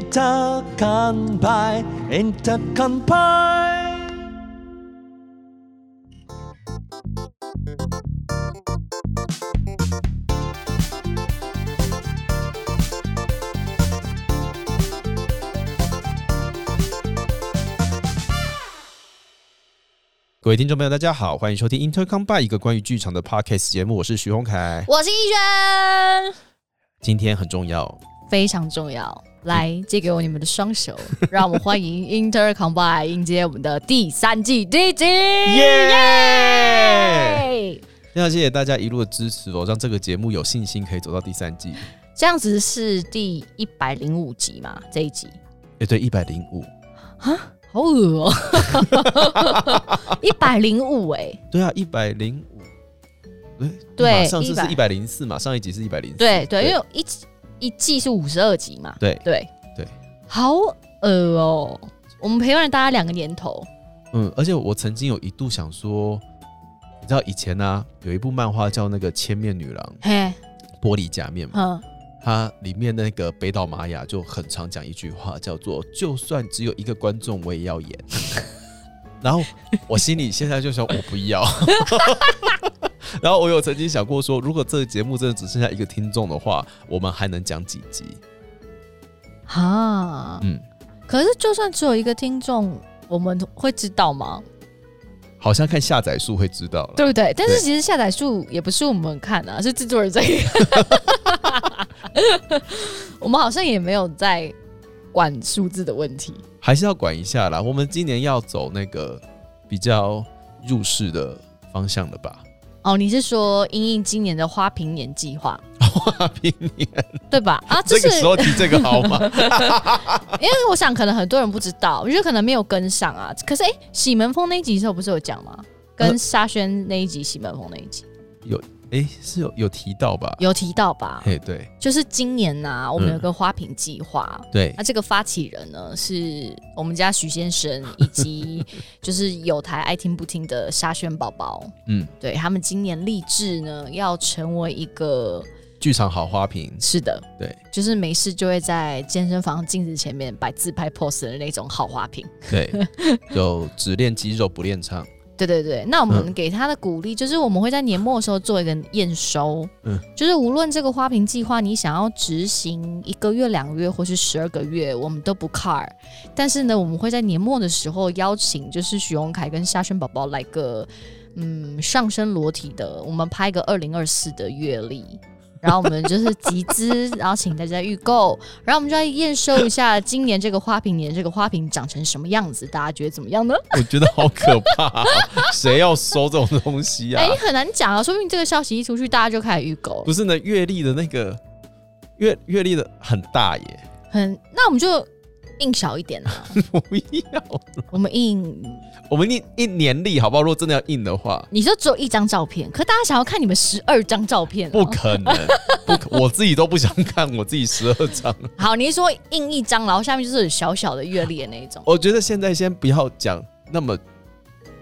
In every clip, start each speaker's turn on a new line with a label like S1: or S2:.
S1: Intercon Pie, Intercon Pie.
S2: 各位听众朋友，大家好，欢迎收听 Intercom by 一个关于剧场的 podcast 节目，我是徐宏凯。
S3: 我是逸轩，
S2: 今天很重要，
S3: 非常重要。来，借给我你们的双 手，让我们欢迎 Intercombine 迎接我们的第三 季第一集。 예!
S2: 耶！
S3: 耶！
S2: 那谢谢大家一路的支持哦，让这个节目有信心可以走到第三季。
S3: 这样子是第一百零五集嘛？这一集
S2: 哎，对，一百零五，
S3: 好恶哦、 一百零五哎，
S2: 对啊，一百零五。哎
S3: 对
S2: 马上次是一
S3: 100
S2: 百零四嘛，上一集是一百零四。
S3: 对对，因为一集一季是五十二集嘛，
S2: 对，
S3: 对
S2: 对，
S3: 好恶哦、我们陪伴了大家两个年头，
S2: 嗯，而且我曾经有一度想说，你知道以前呢、啊有一部漫画叫那个《千面女郎
S3: 嘿，》，
S2: 玻璃假面嘛，
S3: 嗯，
S2: 它里面的那个北岛玛雅就很常讲一句话，叫做“就算只有一个观众，我也要演” 。 然后我心里现在就想，我不要。 然后我有曾经想过说，如果这个节目真的只剩下一个听众的话，我们还能讲几集？
S3: 哈，
S2: 嗯，
S3: 可是，就算只有一个听众，我们会知道吗？
S2: 好像看下载数会知道了。
S3: 对不对？但
S2: 对
S3: 是其实下载数也不是我们看啊，是制作 人在看。我们好像也没有在管数字的问题。
S2: 还是要管一下啦。我们今年要走那个比较入世的方向 了吧？
S3: 哦，你是说因应今年的花瓶年计划，
S2: 花瓶年
S3: 对吧？ 啊，就是
S2: 这个时候提这个好吗？
S3: 因为我想，可能很多人不知道，就是可能没有跟上啊。可是，哎、喜门风那一集的时候不是有讲吗？跟沙宣那一集、喜门风那一集
S2: 诶，是有有提到吧？
S3: 有提到吧？
S2: 嘿，对
S3: 就是今年呐、我们有
S2: 嗯
S3: 个花瓶计划，
S2: 对
S3: 那这个发起人呢，是我们家徐先生以及就是有台爱听不听的沙宣宝宝，
S2: 嗯，
S3: 对他们今年立志呢，要成为一个
S2: 剧场好花瓶，
S3: 是的，
S2: 对
S3: 就是没事就会在健身房镜子前面摆自拍 pose 的那种好花瓶。
S2: 对，就只练肌肉不练唱，
S3: 对对对，那我们给他的鼓励就是，我们会在年末的时候做一个验收，
S2: 嗯
S3: 嗯，就是无论这个花瓶计划你想要执行一个月、两个月或是十二个月，我们都不 care。但是呢，我们会在年末的时候邀请，就是许荣凯跟沙宣宝宝来个嗯上身裸体的，我们拍个二零二四的月历。然后我们就是集资，然后请大家预购，然后我们就来验收一下今年这个花瓶年这个花瓶长成什么样子，大家觉得怎么样呢？
S2: 我觉得好可怕、啊谁要收这种东西啊
S3: 哎、？很难讲啊，说不定这个消息一出去，大家就开始预购
S2: 不。是呢，阅历的那个阅阅历的很大耶，
S3: 很，那我们就印小一点啊，
S2: 我不要，
S3: 我们印，
S2: 我们一一年历好不好？如果真的要印的话，
S3: 你说只有一张照片，可大家想要看你们十二张照片、啊，
S2: 不可能，不可，我自己都不想看我自己十二张。
S3: 好，你是说印一张，然后下面就是小小的阅历的那一种，
S2: 我觉得现在先不要讲那么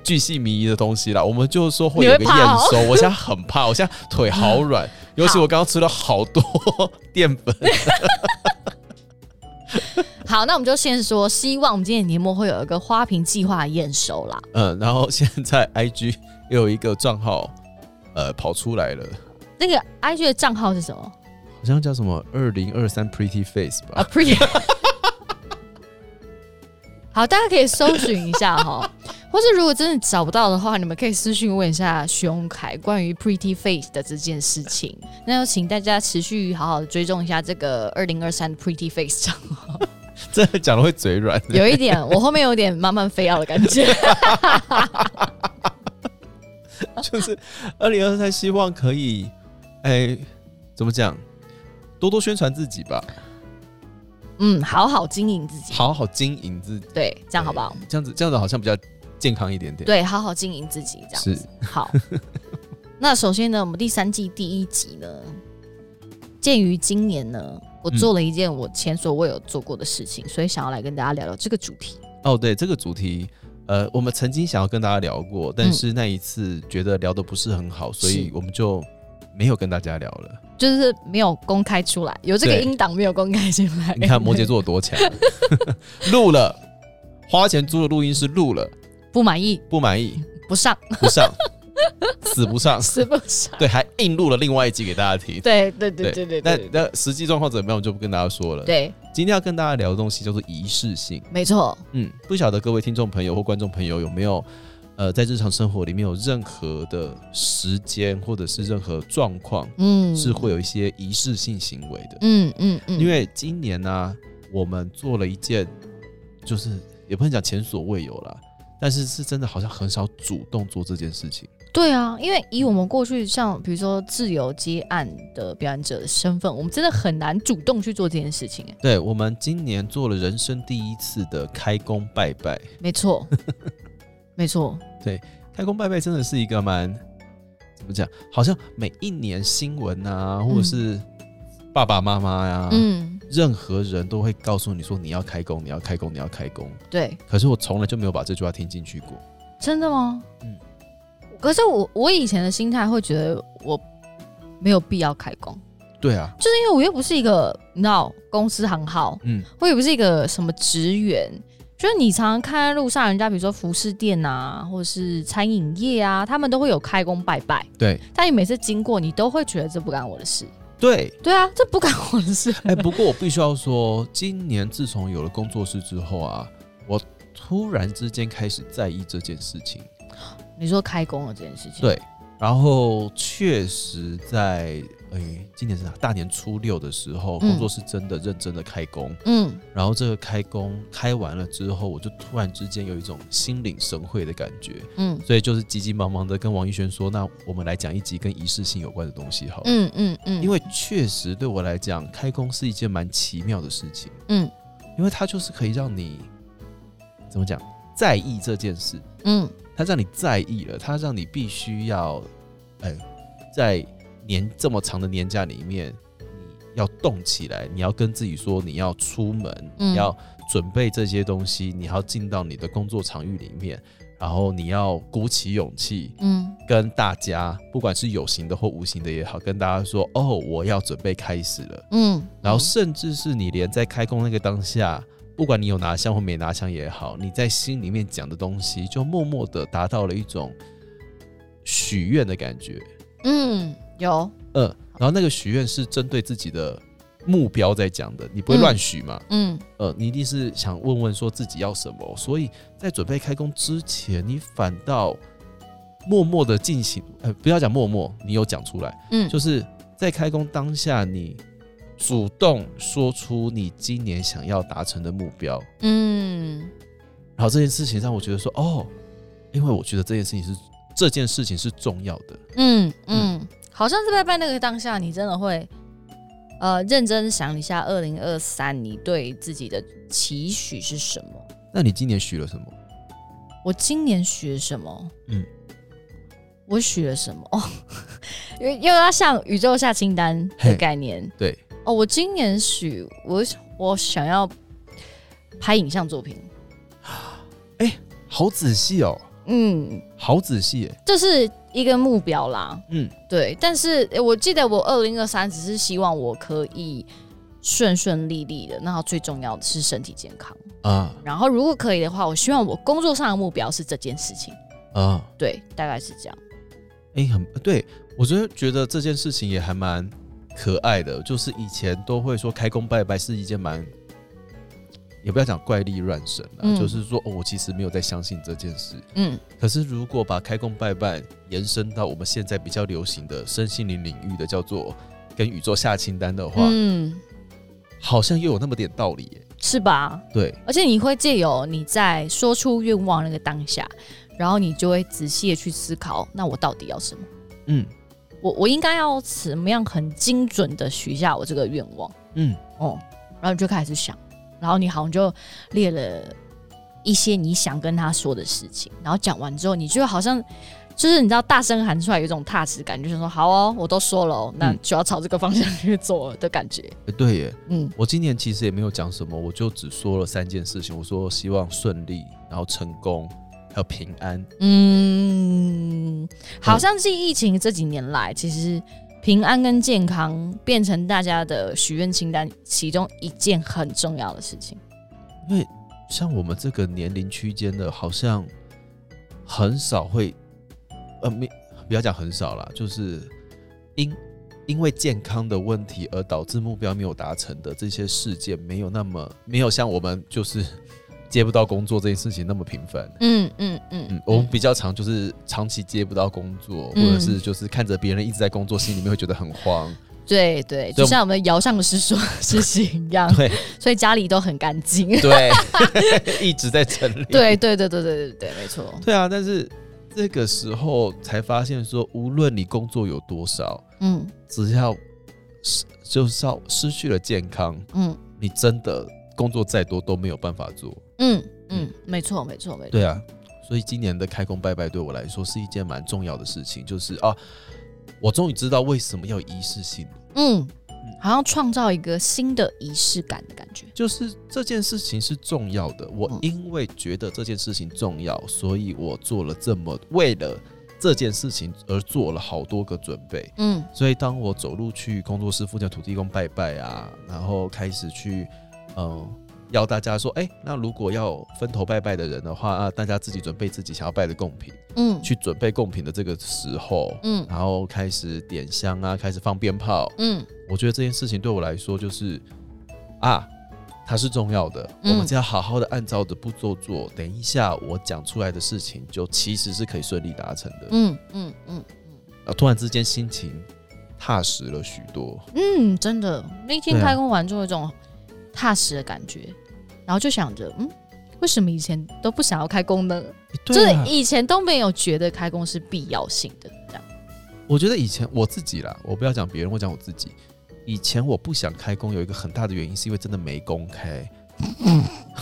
S2: 巨细靡遗的东西啦，我们就说
S3: 你
S2: 会有
S3: 会
S2: 个验
S3: 怕哦啊
S2: 收。我现在很怕，我现在腿好软，尤其我刚刚吃了好多淀粉。
S3: 好，那我们就先说，希望我们今年年末会有一个花瓶计划的验收啦。
S2: 嗯，然后现在 IG 又有一个账号，呃，跑出来了，
S3: 那个 IG 的账号是什么
S2: 好像叫什么二零二三 Pretty Face 吧？
S3: 啊？Pre。好，大家可以搜寻一下哈，或是如果真的找不到的话，你们可以私信问一下徐荣凯关于 Pretty Face 的这件事情。那就请大家持续好好的追踪一下这个二零二三 Pretty Face 账号。
S2: 这讲的会嘴软。
S3: 有一点，我后面有点慢慢飞要的感觉。
S2: 就是二零二三，希望可以，哎，怎么讲？多多宣传自己吧，
S3: 嗯，好好经营自己，
S2: 好好经营自己，
S3: 对，这样好不好？
S2: 这样子，这样子好像比较健康一点点。
S3: 对，好好经营自己，这样
S2: 是
S3: 子。好，那首先呢，我们第三季第一集呢，鉴于今年呢，我
S2: 嗯
S3: 做了一件我前所未有做过的事情，所以想要来跟大家聊聊这个主题。
S2: 哦，对，这个主题，呃，我们曾经想要跟大家聊过，但是那一次觉得聊的不是很好，所
S3: 嗯
S2: 以
S3: 是
S2: 我们就没有跟大家聊了。
S3: 就是没有公开出来，有这个
S2: 对
S3: 音档没有公开出来。
S2: 你看摩羯座有多强， 录了，花钱租的录音室录了，
S3: 不满意
S2: 不满意
S3: 不上，
S2: 不上， 死不上，
S3: 是不上？
S2: 对，还硬录了另外一集给大家听。
S3: 对对对对对
S2: 那
S3: 对
S2: 那实际状况怎么样，我就不跟大家说了。
S3: 对，
S2: 今天要跟大家聊的东西叫做仪式性。
S3: 没错，
S2: 嗯，不晓得各位听众朋友或观众朋友有没有，呃，在日常生活里面有任何的时间或者是任何状况，
S3: 嗯，
S2: 是会有一些仪式性行为的。
S3: 嗯嗯嗯，
S2: 因为今年呢、我们做了一件，就是也不能讲前所未有啦，但是是真的好像很少主动做这件事情。
S3: 对啊，因为以我们过去像比如说自由接案的表演者的身份，我们真的很难主动去做这件事情。哎，
S2: 对我们今年做了人生第一次的开工拜拜，
S3: 没错，没错，
S2: 开工拜拜真的是一个蛮怎么讲？好像每一年新闻啊，或者是爸爸妈妈呀，
S3: 嗯，
S2: 任何人都会告诉你说你要开工，你要开工，你要开工。
S3: 对，
S2: 可是我从来就没有把这句话听进去过。
S3: 真的吗？
S2: 嗯
S3: 可是我我以前的心态会觉得我没有必要开工，
S2: 对啊，
S3: 就是因为我又不是一个你知道公司行号，
S2: 嗯，
S3: 我也不是一个什么职员，就是你常常看在路上，人家比如说服饰店啊，或者是餐饮业啊，他们都会有开工拜拜，
S2: 对
S3: 但你每次经过，你都会觉得这不干我的事。
S2: 对。
S3: 对啊，这不干我的事。
S2: 哎、不过我必须要说，今年自从有了工作室之后啊，我突然之间开始在意这件事情。
S3: 你说开工了这件事情，
S2: 对，然后确实在哎、今年是哪大年初六的时候，
S3: 嗯
S2: 工作室真的认真的开工。
S3: 嗯，
S2: 然后这个开工开完了之后，我就突然之间有一种心领神会的感觉，
S3: 嗯
S2: 所以就是急急忙忙的跟王一轩说，那我们来讲一集跟仪式性有关的东西好了。
S3: 嗯嗯嗯，
S2: 因为确实对我来讲，开工是一件蛮奇妙的事情。
S3: 嗯
S2: 因为它就是可以让你怎么讲在意这件事，
S3: 嗯
S2: 它让你在意了，它让你必须要，哎、在年这么长的年假里面，你要动起来，你要跟自己说你要出门，
S3: 嗯
S2: 你要准备这些东西，你要进到你的工作场域里面，然后你要鼓起勇气。
S3: 嗯
S2: 跟大家，不管是有形的或无形的也好，跟大家说哦，我要准备开始了。
S3: 嗯，
S2: 然后甚至是你连在开工那个当下，不管你有拿香或没拿香也好，你在心里面讲的东西，就默默的达到了一种许愿的感觉。
S3: 嗯有
S2: 嗯，然后那个许愿是针对自己的目标在讲的，你不会乱许嘛？
S3: 嗯
S2: 呃，你一定是想问问说自己要什么，所以在准备开工之前，你反倒默默的进行，呃，不要讲默默，你有讲出来，
S3: 嗯，
S2: 就是在开工当下，你主动说出你今年想要达成的目标，
S3: 嗯
S2: 然后这件事情让我觉得说，哦，因为我觉得这件事情是这件事情是重要的，
S3: 嗯嗯，好像在拜拜那个当下，你真的会。呃，认真想一下，二零二三你对自己的期许是什么？
S2: 那你今年许了什么？
S3: 我今年许了什么？
S2: 嗯，
S3: 我许了什么？哦，又又要像宇宙下清单的
S2: 嘿
S3: 概念
S2: 对，
S3: 哦。我今年许我我想要拍影像作品，
S2: 好仔细哦，
S3: 嗯，
S2: 好仔细耶，
S3: 这是一个目标啦。
S2: 嗯，
S3: 对，但是诶我记得我二零二三只是希望我可以顺顺利利的，然后最重要的是身体健康。
S2: 啊
S3: 然后如果可以的话，我希望我工作上的目标是这件事情。
S2: 啊，
S3: 对，大概是这样。
S2: 哎、很对我觉得觉得这件事情也还蛮可爱的，就是以前都会说开工拜拜是一件蛮。也不要讲怪力乱神啦，
S3: 嗯
S2: 就是说、哦，我其实没有在相信这件事，
S3: 嗯
S2: 可是，如果把开工拜拜延伸到我们现在比较流行的身心灵领域的，叫做跟宇宙下清单的话，
S3: 嗯，
S2: 好像又有那么点道理耶。
S3: 是吧？
S2: 对，
S3: 而且你会借由你在说出愿望那个当下，然后你就会仔细的去思考，那我到底要什么？
S2: 嗯
S3: 我我应该要怎么样很精准的许下我这个愿望？
S2: 嗯，
S3: 哦、然后你就开始想，然后你好像就列了一些你想跟他说的事情，然后讲完之后，你就好像就是你知道大声喊出来有一种踏实感，就是说好哦，我都说了哦、那
S2: 嗯
S3: 就要朝这个方向去做的感觉。
S2: 诶对耶。
S3: 嗯
S2: 我今年其实也没有讲什么，我就只说了三件事情。我说希望顺利，然后成功，还有平安。
S3: 嗯，好像是疫情这几年来，其实平安跟健康变成大家的许愿清单其中一件很重要的事情。
S2: 因为像我们这个年龄区间的，好像很少会，呃，没不要讲很少啦，就是因因为健康的问题而导致目标没有达成的这些事件，没有那么没有像我们就是接不到工作这件事情那么频繁。
S3: 嗯嗯嗯
S2: 嗯，我们比较常就是长期接不到工作，
S3: 嗯
S2: 或者是就是看着别人一直在工作，心里面会觉得很慌。
S3: 对对，
S2: 所
S3: 就
S2: 以我
S3: 像我们摇上的是说事情一 样，
S2: 对
S3: 所以家里都很干 净。
S2: 对， 一直在整理。
S3: 对对对对对对对，没错。
S2: 对啊，但是这个时候才发现说，无论你工作有多少，
S3: 嗯
S2: 只要失就是要失去了健康，
S3: 嗯
S2: 你真的工作再多都没有办法做。
S3: 嗯嗯，没错没错没错。
S2: 对啊，所以今年的开工拜拜对我来说是一件蛮重要的事情，就是啊，我终于知道为什么要有仪式性，
S3: 嗯，好像创造一个新的仪式感的感觉。
S2: 就是这件事情是重要的。我因为觉得这件事情重要，所以我做了这么为了这件事情而做了好多个准备。
S3: 嗯
S2: 所以当我走路去工作室附近的土地公拜拜啊，然后开始去，嗯，要大家说，哎、那如果要分头拜拜的人的话，啊，大家自己准备自己想要拜的贡品，
S3: 嗯
S2: 去准备贡品的这个时候，
S3: 嗯
S2: 然后开始点香啊，开始放鞭炮。
S3: 嗯
S2: 我觉得这件事情对我来说就是，啊。它是重要的，我
S3: 嗯
S2: 们只要好好的按照着步骤做，等一下我讲出来的事情就其实是可以顺利达成的。
S3: 嗯嗯嗯
S2: 啊，突然之间心情踏实了许多。
S3: 嗯，真的，那天
S2: 对啊
S3: 开工完就有一种踏实的感觉，然后就想着，嗯，为什么以前都不想要开工呢？就是
S2: 对啊，
S3: 以前都没有觉得开工是必要性的，这样。
S2: 我觉得以前我自己啦，我不要讲别人，我讲我自己。以前我不想开工，有一个很大的原因是因为真的没公开，
S3: 啊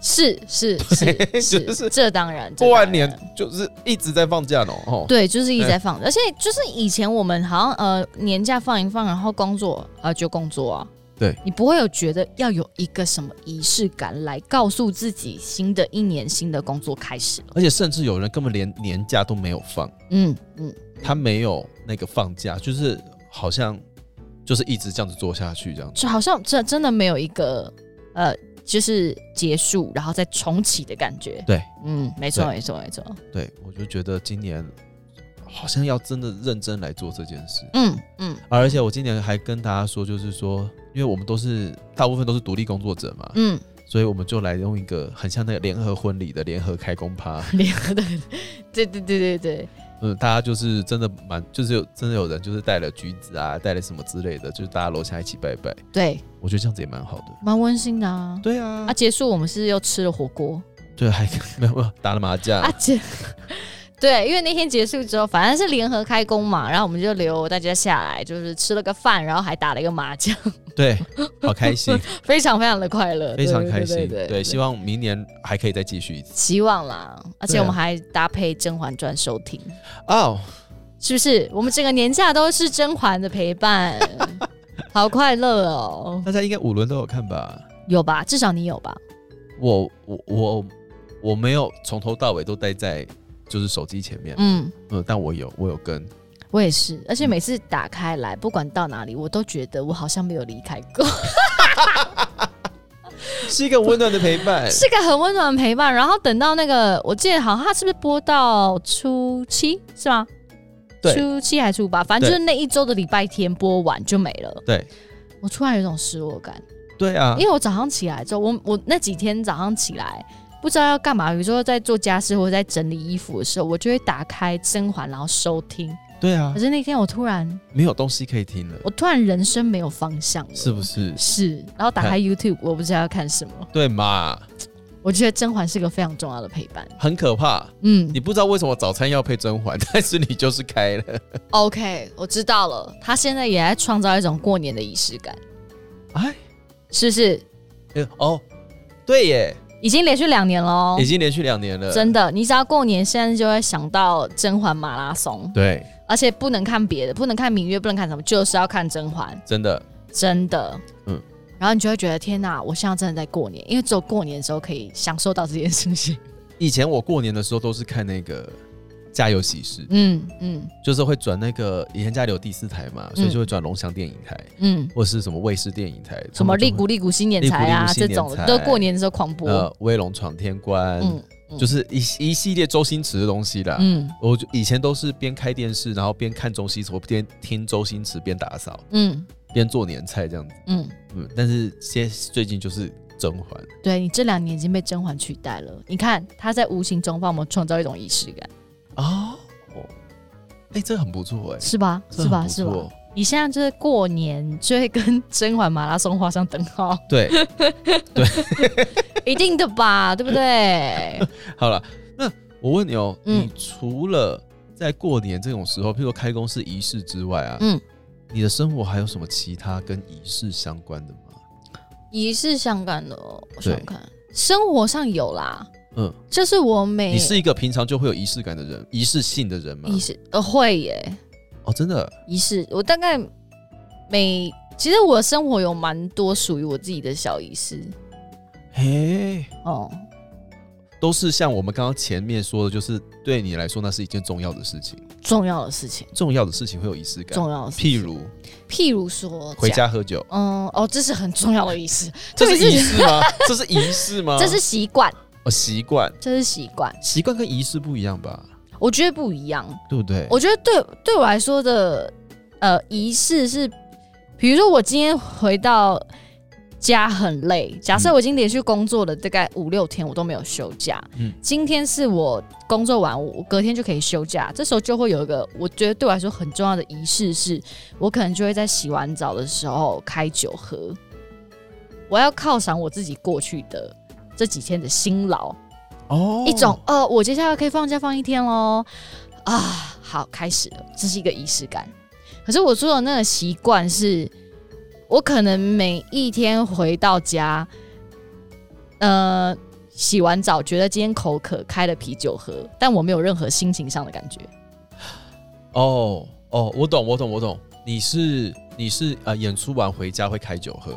S3: 是是是，
S2: 就是是
S3: 这当然。这
S2: 过完
S3: 当
S2: 年
S3: 然
S2: 就是一直在放假呢。哦，
S3: 对，就是一直
S2: 哎
S3: 在放，而且就是以前我们好像呃年假放一放，然后工作啊、呃就工作啊，
S2: 对
S3: 你不会有觉得要有一个什么仪式感来告诉自己新的一年新的工作开始了。
S2: 而且甚至有人根本连年假都没有放，
S3: 嗯嗯，
S2: 他没有那个放假，就是好像就是一直这样子做下去这样子。
S3: 就好像这真的没有一个呃就是结束然后再重启的感觉。
S2: 对
S3: 嗯，没错
S2: 对
S3: 没错没错。
S2: 对，我就觉得今年好像要真的认真来做这件事。
S3: 嗯嗯
S2: 啊而且我今年还跟大家说，就是说，因为我们都是大部分都是独立工作者嘛，
S3: 嗯，
S2: 所以我们就来用一个很像那个联合婚礼的联合开工趴。
S3: 联合的，对对对对对，
S2: 嗯，大家就是真的蛮，就是有真的有人就是带了橘子啊，带了什么之类的，就是大家楼下一起拜拜。
S3: 对，
S2: 我觉得这样子也蛮好的。
S3: 蛮温馨的啊。
S2: 对啊
S3: 啊，，结束我们是又吃了火锅。
S2: 对，还没有没有打了麻将
S3: 啊，姐， 对，因为那天结束之后，反正是联合开工嘛，然后我们就留大家下来，就是吃了个饭，然后还打了一个麻将，
S2: 对，好开心，
S3: 非常非常的快乐，
S2: 非常
S3: 对
S2: 开心。
S3: 对对
S2: 对，希
S3: 望
S2: 望明年还可以再继续一次。
S3: 希望啦，而且
S2: 对啊
S3: 我们还搭配《甄嬛传》收听，
S2: 哦，
S3: 是不是？我们整个年假都是甄嬛的陪伴，好快乐哦，
S2: 大家应该五轮都有看吧？
S3: 有吧？至少你有吧？
S2: 我我我我没有从头到尾都待在就是手机前面，
S3: 嗯。
S2: 嗯，但我有我有跟，
S3: 我也是，而且每次打开来，不管到哪里，我都觉得我好像没有离开过。
S2: 是一个温暖的陪伴
S3: 是个很温暖的陪伴。然后等到那个，我记得好像他是不是播到初七是吗？
S2: 对
S3: 初七还是初八，反正
S2: 对
S3: 就是那一周的礼拜天播完就没了。
S2: 对
S3: 我突然有一种失落感，
S2: 对啊
S3: 因，为我早上起来之后，我我那几天早上起来不知道要干嘛，有时候在做家事或者在整理衣服的时候，我就会打开甄嬛然后收听。
S2: 对啊
S3: 可，是那天我突然，
S2: 没有东西可以听了，
S3: 我突然人生没有方向了，
S2: 是不是？
S3: 是，然后打开 YouTube，我不知道要看什么。
S2: 对嘛，
S3: 我觉得甄嬛是个非常重要的陪伴。
S2: 很可怕。
S3: 嗯
S2: 你不知道为什么早餐要配甄嬛， 但是你就是开了。
S3: OK，我知道了。他现在也在创造一种过年的仪式感，
S2: 哎，
S3: 是不是？
S2: 呃哦，对耶，
S3: 已经连续两年喽
S2: 已，经连续两年了，
S3: 哦真的。你只要过年，现在就会想到甄嬛马拉松，
S2: 对，
S3: 而且不能看别的，不能看芈月，不能看什么，就是要看甄嬛，
S2: 真的
S3: 真的。嗯
S2: 嗯。
S3: 然后你就会觉得天哪，我现在真的在过年，因为只有过年的时候可以享受到这件事情。
S2: 以前我过年的时候都是看那个《家有喜事，
S3: 嗯嗯
S2: 就是会转那个以前家里有第四台嘛，所以就会转龙翔电影台、
S3: 嗯，
S2: 或是什么卫视电影台，
S3: 什么利古利古新年财啊
S2: 利古利古新
S3: 这
S2: 年
S3: 种
S2: 财，
S3: 都过年的时候狂
S2: 他
S3: 播
S2: 们。就会呃威龙闯天关，
S3: 嗯
S2: 就是一一系列周星驰的东西啦。
S3: 嗯
S2: 我就以前都是边开电视，然后边看周星驰，我边听周星驰，边打扫，
S3: 嗯
S2: 边做年菜这样子。
S3: 嗯，
S2: 嗯，但是现在最近就是甄嬛，
S3: 对你这两年已经被甄嬛取代了。你看他在无形中帮我们创造一种仪式感，
S2: 哦，哎、这很不错哎、
S3: 是吧？
S2: 这
S3: 是
S2: 很
S3: 吧？
S2: 不
S3: 是吧？
S2: 错
S3: 你现在就是过年就会跟 甄嬛马拉松画上等 号，
S2: 对，
S3: 一定的吧？对不对？
S2: 好了，那我问你哦、
S3: 嗯
S2: 你除了在过年这种时候，譬如说开工是仪式之外啊，
S3: 嗯
S2: 你的生活还有什么其他跟仪式相关的吗？
S3: 仪式相感的哦，我想
S2: 对
S3: 看生活上有啦，
S2: 嗯，
S3: 就是我每
S2: 你是一个平常就会有仪式感的人，仪式性的人吗？
S3: 仪式呃会耶，
S2: 哦，真的，
S3: 仪式我大概每其实我生活有蛮多属于我自己的小仪式
S2: 嘿，
S3: 哦，
S2: 都是像我们刚刚前面说的，就是对你来说那是一件重要的事情，
S3: 重要的事情，
S2: 重要的事情会有仪式感，
S3: 重要的事情
S2: 啊譬如
S3: 譬如说
S2: 回
S3: 讲，
S2: 家喝酒，
S3: 嗯哦，这是很重要的仪 式，
S2: 这
S3: 特别
S2: 是仪
S3: 是
S2: 式吗？ 这是仪式吗？
S3: 这是习惯，
S2: 哦习惯，
S3: 这是习惯，
S2: 习惯跟仪式不一样吧？
S3: 我觉得不一样，
S2: 对不对？
S3: 我觉得对对我来说的呃仪式是，比如说我今天回到家很累，假设
S2: 嗯
S3: 我已经连续工作了大概五六天，我都没有休假。
S2: 嗯
S3: 今天是我工作完，我隔天就可以休假，这时候就会有一个我觉得对我来说很重要的仪式是，我可能就会在洗完澡的时候开酒喝，我要犒赏我自己过去的这几天的辛劳。
S2: 哦
S3: 一种呃，我接下来可以放假放一天喽啊，好，开始了，这是一个仪式感。可是我做的那个习惯是，我可能每一天回到家，呃，洗完澡觉得今天口渴，开了啤酒喝，但我没有任何心情上的感觉。
S2: 哦哦，我懂，我懂，我懂。你是你是呃，演出完回家会开酒喝，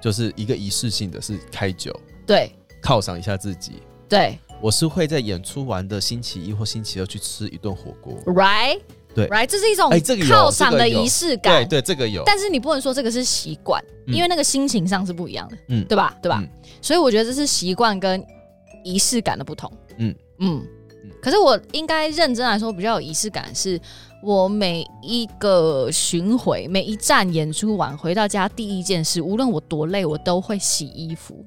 S2: 就是一个仪式性的，是开酒
S3: 对
S2: 犒赏一下自己。
S3: 对
S2: 我是会在演出完的星期一或星期二去吃一顿火锅。
S3: ，right，
S2: 对
S3: ，right，这是一种
S2: 哎这个有
S3: 犒赏
S2: 这
S3: 的
S2: 个有
S3: 仪式感。
S2: 对对，这个有。
S3: 但是你不能说这个是习惯，
S2: 嗯
S3: 因为那个心情上是不一样的，
S2: 嗯
S3: 对吧？对吧？
S2: 嗯
S3: 所以我觉得这是习惯跟仪式感的不同，
S2: 嗯
S3: 嗯
S2: 嗯。
S3: 可是我应该认真来说，比较有仪式感是，我每一个巡回、每一站演出完回到家，第一件事，无论我多累，我都会洗衣服，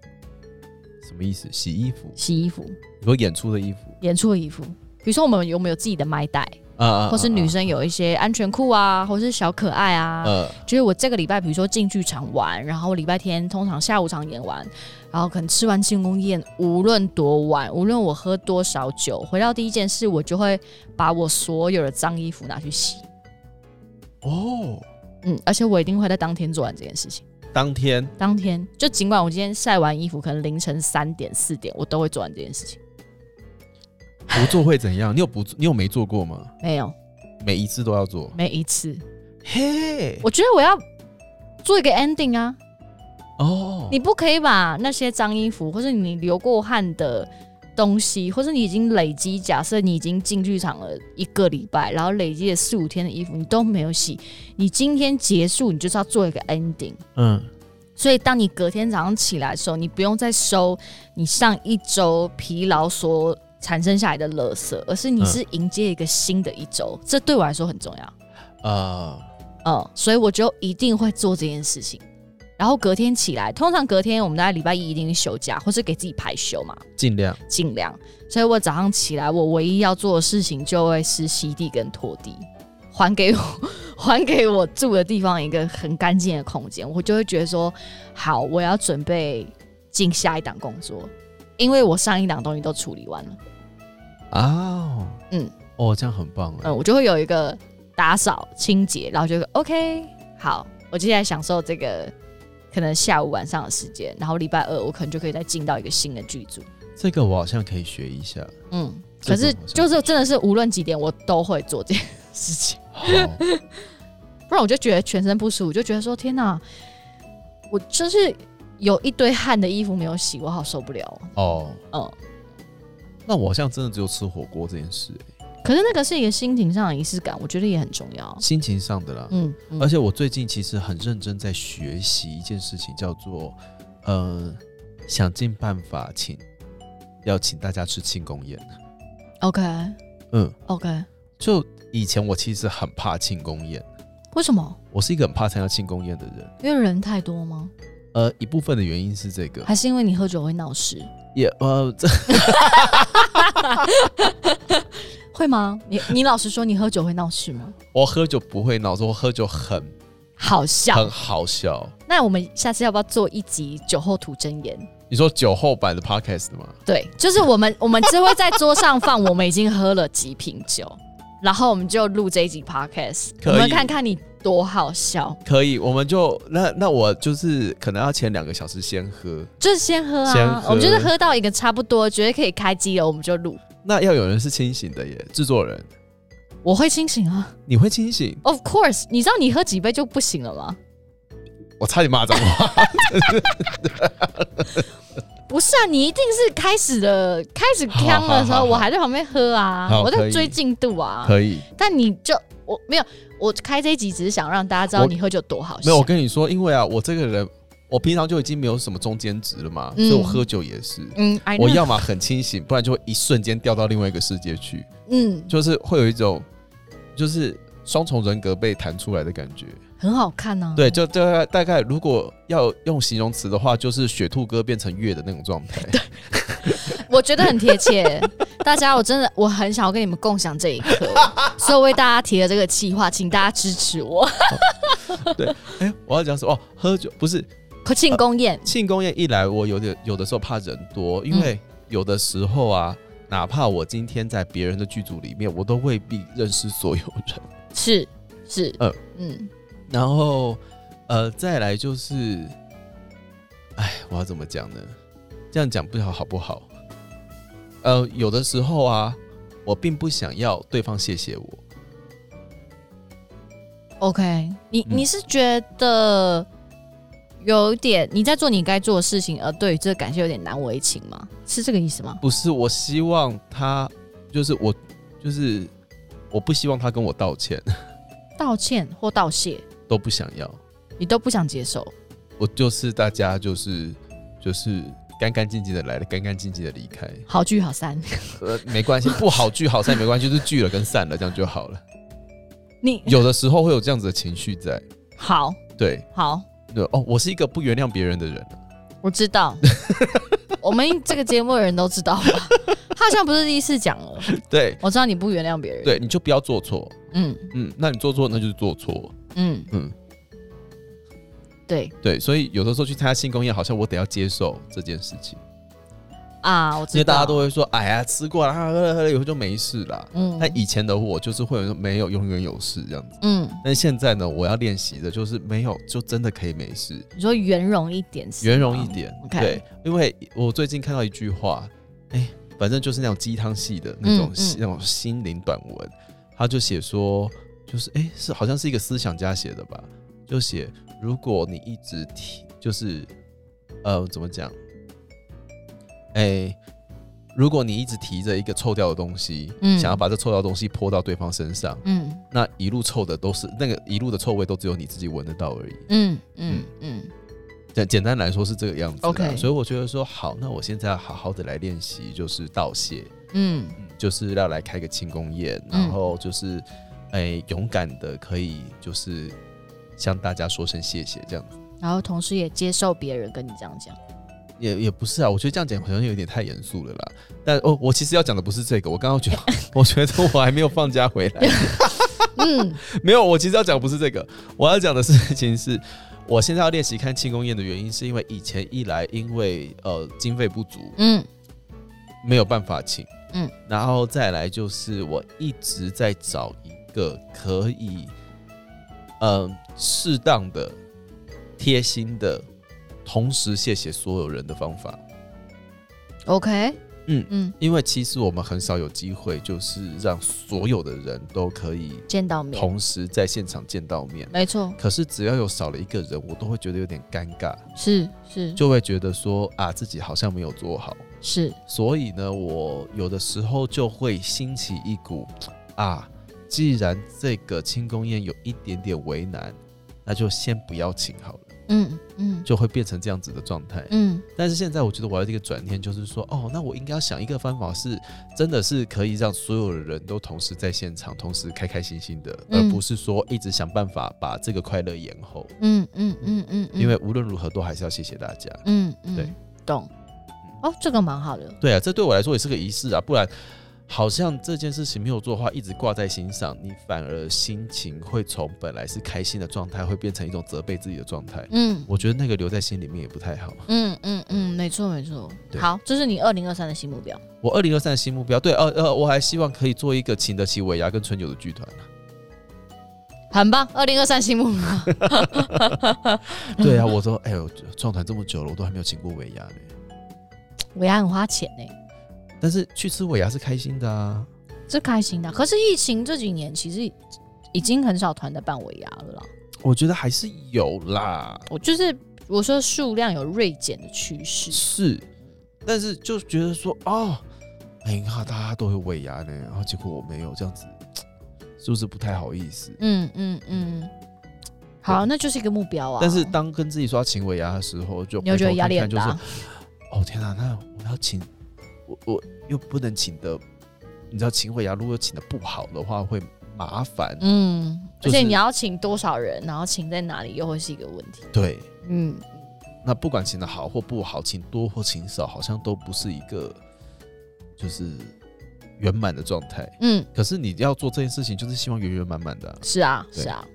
S2: 什么意思？洗衣服？
S3: 洗衣服，
S2: 你说演出的衣服？
S3: 演出的衣服。比如说，我们有没有自己的麦袋，
S2: 啊啊啊
S3: 或是女
S2: 啊
S3: 生有一些安全裤啊，或是小可爱啊，
S2: 呃，
S3: 就是我这个礼拜，比如说进剧场玩，然后礼拜天通常下午场演完，然后可能吃完庆功宴，无论多晚，无论我喝多少酒，回到第一件事，我就会把我所有的脏衣服拿去洗。
S2: 哦，
S3: 嗯，而且我一定会在当天做完这件事情。
S2: 当天
S3: 当天就尽管我今天晒完衣服，可能凌晨三点四点，我都会做完这件事情。
S2: 不做会怎样？你有不做你有没做过吗？
S3: 没有，
S2: 每一次都要做。
S3: 每一次，
S2: 嘿，
S3: 我觉得我要做一个 ending 啊。
S2: 哦，
S3: 你不可以把那些脏衣服，或是你流过汗的东西，或是你已经累积，假设你已经进剧场了一个礼拜，然后累积了四五天的衣服，你都没有洗，你今天结束，你就是要做一个 ending。
S2: 嗯，
S3: 所以，当你隔天早上起来的时候，你不用再收你上一周疲劳所产生下来的垃圾，而是你
S2: 嗯
S3: 是迎接一个新的一周。这对我来说很重要。
S2: 呃，
S3: 嗯，所以我就一定会做这件事情。然后隔天起来，通常隔天我们大概礼拜一一定休假，或是给自己排休嘛，
S2: 尽量。
S3: 尽量。所以我早上起来，我唯一要做的事情就会是吸地跟拖地，还给我 还给我住的地方一个很干净的空间。我就会觉得说，好，我要准备进下一档工作，因为我上一档东西都处理完了。
S2: 啊，
S3: 嗯，
S2: 哦，这样很棒哎、
S3: 嗯，我就会有一个打扫清洁，然后就 OK，好，我接下来享受这个可能下午晚上的时间，然后礼拜二我可能就可以再进到一个新的剧组，
S2: 这个我好像可以学一下。
S3: 嗯，
S2: 这
S3: 可
S2: 个
S3: 是
S2: 好像
S3: 就是真的是无论几点我都会做这件事情，
S2: 好，
S3: 不然我就觉得全身不舒服，就觉得说天哪，我就是有一堆汗的衣服没有洗，我好受不了哦，
S2: 哦，
S3: 嗯，
S2: 那我好像真的只有吃火锅这件事、欸。
S3: 可是那个是一个心情上的仪式感，我觉得也很重要。
S2: 心情上的啦。
S3: 嗯，嗯
S2: 而且我最近其实很认真在学习一件事情，叫做呃，想尽办法请要请大家吃庆功宴。
S3: OK
S2: 嗯，
S3: OK，
S2: 就以前我其实很怕庆功宴，
S3: 为什么？
S2: 我是一个很怕参加庆功宴的人。
S3: 因为人太多吗？
S2: 呃，一部分的原因是这个，
S3: 还是因为你喝酒会闹事？
S2: 也呃，这
S3: 会吗？ 你你老实说，你喝酒会闹事吗？
S2: 我喝酒不会闹，我喝酒很
S3: 好笑
S2: 很。好笑。
S3: 那我们下次要不要做一集酒后吐真言？
S2: 你说酒后版的 podcast 吗？
S3: 对，就是我们我们就会在桌上放我们已经喝了几瓶酒， 然后我们就录这一集 podcast，
S2: 可
S3: 我
S2: 以
S3: 们看看你多好笑。
S2: 可以，我们就那那我就是可能要前两个小时先喝，
S3: 就是先喝啊，
S2: 先喝
S3: 我们就是喝到一个差不多，觉得可以开机了，我们就录。
S2: 那要有人是清醒的耶，制作人，
S3: 我会清醒啊
S2: 你会清醒？
S3: ，Of course。你知道你喝几杯就不行了吗？
S2: 我差点骂脏 话。
S3: 不是啊，你一定是开始的开始呛的时
S2: 好好好
S3: 候，
S2: 好
S3: 我还在旁边喝啊，
S2: 好
S3: 我
S2: 可
S3: 在
S2: 以
S3: 追进度啊。
S2: 可以，
S3: 但你就我没有，我开这一集只是想让大家知道
S2: 我
S3: 你喝酒多好
S2: 没有，
S3: 笑
S2: 我。跟你说，因为啊，我这个人，我平常就已经没有什么中间值了嘛，
S3: 嗯
S2: 所以我喝酒也是。
S3: 嗯，I
S2: 我
S3: know
S2: 要么很清醒，不然就会一瞬间掉到另外一个世界去，
S3: 嗯，
S2: 就是会有一种，就是双重人格被弹出来的感觉。
S3: 很好看呐、啊。
S2: 对，就大概大概，如果要用形容词的话，就是雪兔哥变成月的那种状态。
S3: 我觉得很贴切。 大家，我真的我很想要跟你们共享这一 刻，所以我为大家提了这个计划，请大家支持 我。
S2: 哎、我要讲什么？哦，喝酒不是
S3: 庆功宴，
S2: 庆功宴一来，我有点有的时候怕人多，因
S3: 嗯
S2: 为有的时候啊，哪怕我今天在别人的剧组里面，我都未必认识所有人。
S3: 是是，
S2: 呃
S3: 嗯，
S2: 然后，呃，再来就是，哎，我要怎么讲呢？这样讲不好好不好？呃，有的时候啊，我并不想要对方谢谢我，
S3: OK，你
S2: 嗯
S3: 你是觉得有点你在做你该做的事情，而对于这个感谢有点难为情吗？是这个意思吗？
S2: 不是我希望他，就是我，就是我不希望他跟我道歉，
S3: 道歉或道谢，
S2: 都不想要。
S3: 你都不想接受。
S2: 我就是大家就是就是干干净净的来了，干干净净的离开，
S3: 好聚好散，
S2: 呃，没关系，不好聚好散没关系，就是聚了跟散了这样就好了。
S3: 你
S2: 有的时候会有这样子的情绪在，
S3: 好
S2: 对
S3: 好，
S2: 对哦，我是一个不原谅别人的人，
S3: 我知道。 我们这个节目的人都知道吧？他好像不是第一次讲了。
S2: 对
S3: 我知道你不原谅别人。，
S2: 对，你就不要做错，
S3: 嗯
S2: 嗯，那你做错那就是做错，
S3: 嗯
S2: 嗯，
S3: 对
S2: 对，所以有的时候去参加庆功宴，好像我得要接受这件事情，
S3: 啊，我知道。
S2: 因为大家都会说，哎呀，吃过了，啊喝了喝了以后就没事啦。
S3: 嗯
S2: 但以前的我就是会有那种没有永远有事这样子，
S3: 嗯，
S2: 但现在呢，我要练习的就是没有就真的可以没事，
S3: 你说圆融一点是吗，
S2: 圆融一点。
S3: 嗯 OK
S2: 对，因为我最近看到一句话，哎、反正就是那种鸡汤系的那种、
S3: 嗯嗯
S2: 那种心灵短文，他就写说，就是哎、是好像是一个思想家写的吧，就写如果你一直提，就是呃怎么讲，哎、如果你一直提着一个臭掉的东西，
S3: 嗯
S2: 想要把这臭掉的东西泼到对方身上，
S3: 嗯
S2: 那一路臭的都是那个一路的臭味，都只有你自己闻得到而已。
S3: 嗯嗯嗯，
S2: 简简单来说是这个样子啦。
S3: OK
S2: 所以我觉得说好，那我现在要好好的来练习，就是道谢，
S3: 嗯，
S2: 就是要来开个庆功宴，
S3: 嗯
S2: 然后就是哎、勇敢的可以就是向大家说声谢谢，这样子
S3: 然后同时也接受别人跟你这样讲。
S2: 也也不是啊，我觉得这样讲好像有点太严肃了啦。但哦，我其实要讲的不是这个，我刚刚觉得 我觉得我还没有放假回 来，
S3: 嗯，
S2: 没有，我其实要讲的不是这个，我要讲的事情是。我现在要练习看庆功宴的原因，是因为以前一来，因为呃经费不足，
S3: 嗯
S2: 没有办法请，嗯
S3: 嗯，
S2: 然后再来就是我一直在找一个可以，嗯、适当的、贴心的，同时谢谢所有人的方法。
S3: ，OK，
S2: 嗯
S3: 嗯，
S2: 因为其实我们很少有机会，就是让所有的人都可以
S3: 见到面，
S2: 同时在现场见到面。
S3: 没错，
S2: 可是只要有少了一个人，我都会觉得有点尴尬，
S3: 是是
S2: 就会觉得说啊，自己好像没有做好。
S3: 是，
S2: 所以呢，我有的时候就会兴起一股啊，既然这个庆功宴有一点点为难，那就先不要请好了，
S3: 嗯嗯
S2: 就会变成这样子的状态。
S3: 嗯
S2: 但是现在我觉得我要这个转念，就是说，哦，那我应该要想一个方法是，真的是可以让所有的人都同时在现场，同时开开心心的，
S3: 嗯
S2: 而不是说一直想办法把这个快乐延后。
S3: 嗯嗯嗯嗯，嗯
S2: 因为无论如何都还是要谢谢大家。
S3: 嗯嗯
S2: 对
S3: 懂。哦，这个蛮好的。
S2: 对啊，这对我来说也是个仪式啊，不然好像这件事情没有做的话，一直挂在心上，你反而心情会从本来是开心的状态，会变成一种责备自己的状态。
S3: 嗯
S2: 我觉得那个留在心里面也不太好。
S3: 嗯嗯嗯，没错没错。
S2: 对
S3: 好，这是你二零二三的新目标。
S2: 我二零二三的新目标，对，呃呃，我还希望可以做一个请得起尾牙跟春酒的剧团啊。
S3: 很棒，二零二三新目标。
S2: 对啊，我说，哎呦，创团这么久了，我都还没有请过尾牙呢。
S3: 我也很花钱呢、
S2: 但是去吃尾牙是开心的啊。
S3: 这开心的。可是疫情这几年其实已已经很少团的办尾牙了啦。
S2: 我觉得还是有啦，
S3: 我就是我说数量有锐减的趋势。
S2: 是，但是就觉得说，哦，哎，你看大家都有尾牙呢，然后结果我没有，这样子是不是不太好意思？
S3: 嗯嗯嗯，好，那就是一个目标啊。
S2: 但是当跟自己说要请尾牙的时候，就
S3: 你又觉得
S2: 回头
S3: 压力
S2: 看
S3: 很
S2: 看
S3: 大
S2: 就，是哦天哪、那我要请，我我又不能请的，你知道请尾牙如果请的不好的话会麻烦，
S3: 嗯，
S2: 就
S3: 而且
S2: 是
S3: 你要请多少人，然后请在哪里，又会是一个问题。
S2: 对。
S3: 嗯，
S2: 那不管请的好或不好，请多或请少，好像都不是一个就是圆满的状态。
S3: 嗯，
S2: 可是你要做这件事情，就是希望圆圆满满的啊、
S3: 是啊，
S2: 对
S3: 是啊，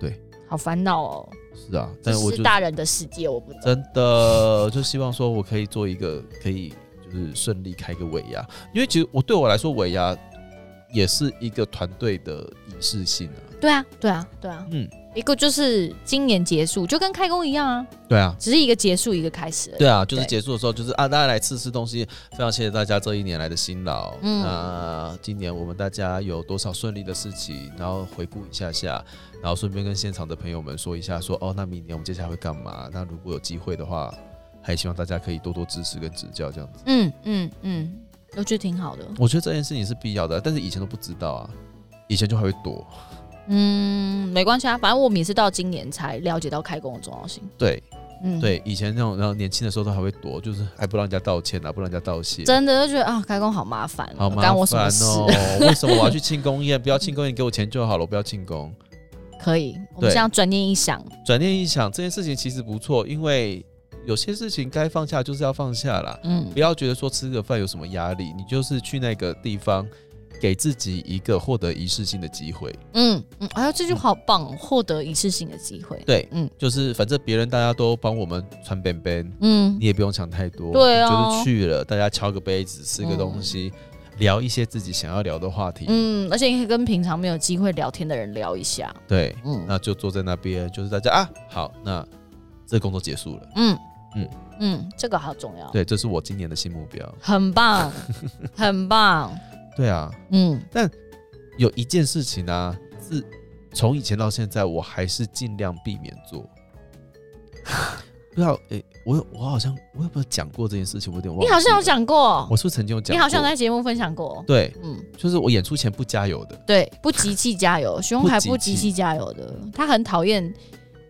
S2: 对，
S3: 好烦恼哦，
S2: 是啊，
S3: 这
S2: 但我
S3: 是
S2: 就
S3: 大人的世界，我不懂。
S2: 真的就希望说我可以做一个可以就是顺利开个尾牙，因为其实我对我来说尾牙也是一个团队的仪式性啊。
S3: 对啊，对啊，对啊，
S2: 嗯，
S3: 一个就是今年结束，就跟开工一样啊，
S2: 对啊。
S3: 只是一个结束，一个开始而已。
S2: 对啊，就是
S3: 对
S2: 结束的时候，就是啊，大家来吃吃东西，非常谢谢大家这一年来的辛劳。
S3: 嗯
S2: 那今年我们大家有多少顺利的事情，然后回顾一下下，然后顺便跟现场的朋友们说一下说哦，那明年我们接下来会干嘛？那如果有机会的话，还希望大家可以多多支持跟指教，这样子。
S3: 嗯嗯嗯，我觉得挺好的。
S2: 我觉得这件事情是必要的，但是以前都不知道啊，以前就还会躲。
S3: 嗯，没关系啊，反正我们也是到今年才了解到开工的重要性。
S2: 对
S3: 嗯，，
S2: 对，以前那种然后年轻的时候都还会躲，就是还不让人家道歉啊，不让人家道谢。
S3: 真的就觉得啊，开工好麻烦、
S2: 好
S3: 哦，
S2: 麻
S3: 干
S2: 烦
S3: 我什么事？
S2: 哦！为什么我要去庆功宴？不要庆功宴，给我钱就好了，我不要庆功。
S3: 可以，我们
S2: 对
S3: 这样转念一想，
S2: 转念一想，这件事情其实不错，因为有些事情该放下就是要放下啦，
S3: 嗯
S2: 不要觉得说吃个饭有什么压力，你就是去那个地方，给自己一个获得仪式性的机会。
S3: 嗯嗯，哎呦，这句话好棒哦，获得一次性的机会。
S2: 对，
S3: 嗯
S2: 就是反正别人大家都帮我们穿边边，
S3: 嗯
S2: 你也不用想太多，
S3: 对啊嗯
S2: 你就是去了，大家敲个杯子，吃个东西，聊一些自己想要聊的话题，
S3: 嗯，而且也可以跟平常没有机会聊天的人聊一下。
S2: 对，
S3: 嗯
S2: 那就坐在那边，就是大家啊，好，那这个工作结束了，
S3: 嗯嗯
S2: 嗯
S3: 嗯，这个好重要，
S2: 对，这是我今年的新目标，
S3: 很棒，很棒。
S2: 对啊，
S3: 嗯
S2: 有一件事情啊，自从以前到现在，我还是尽量避免做。 不知道，诶、我有我好像我有没有讲过这件事情？我有点忘。
S3: 你好像有，讲过
S2: 我，是不是曾经有讲过？
S3: 你好像在节目分享过。
S2: 对，
S3: 嗯，
S2: 就是我演出前不加油的，
S3: 对，不集气加油，熊还不
S2: 不
S3: 集
S2: 集气
S3: 气加油的，他很讨厌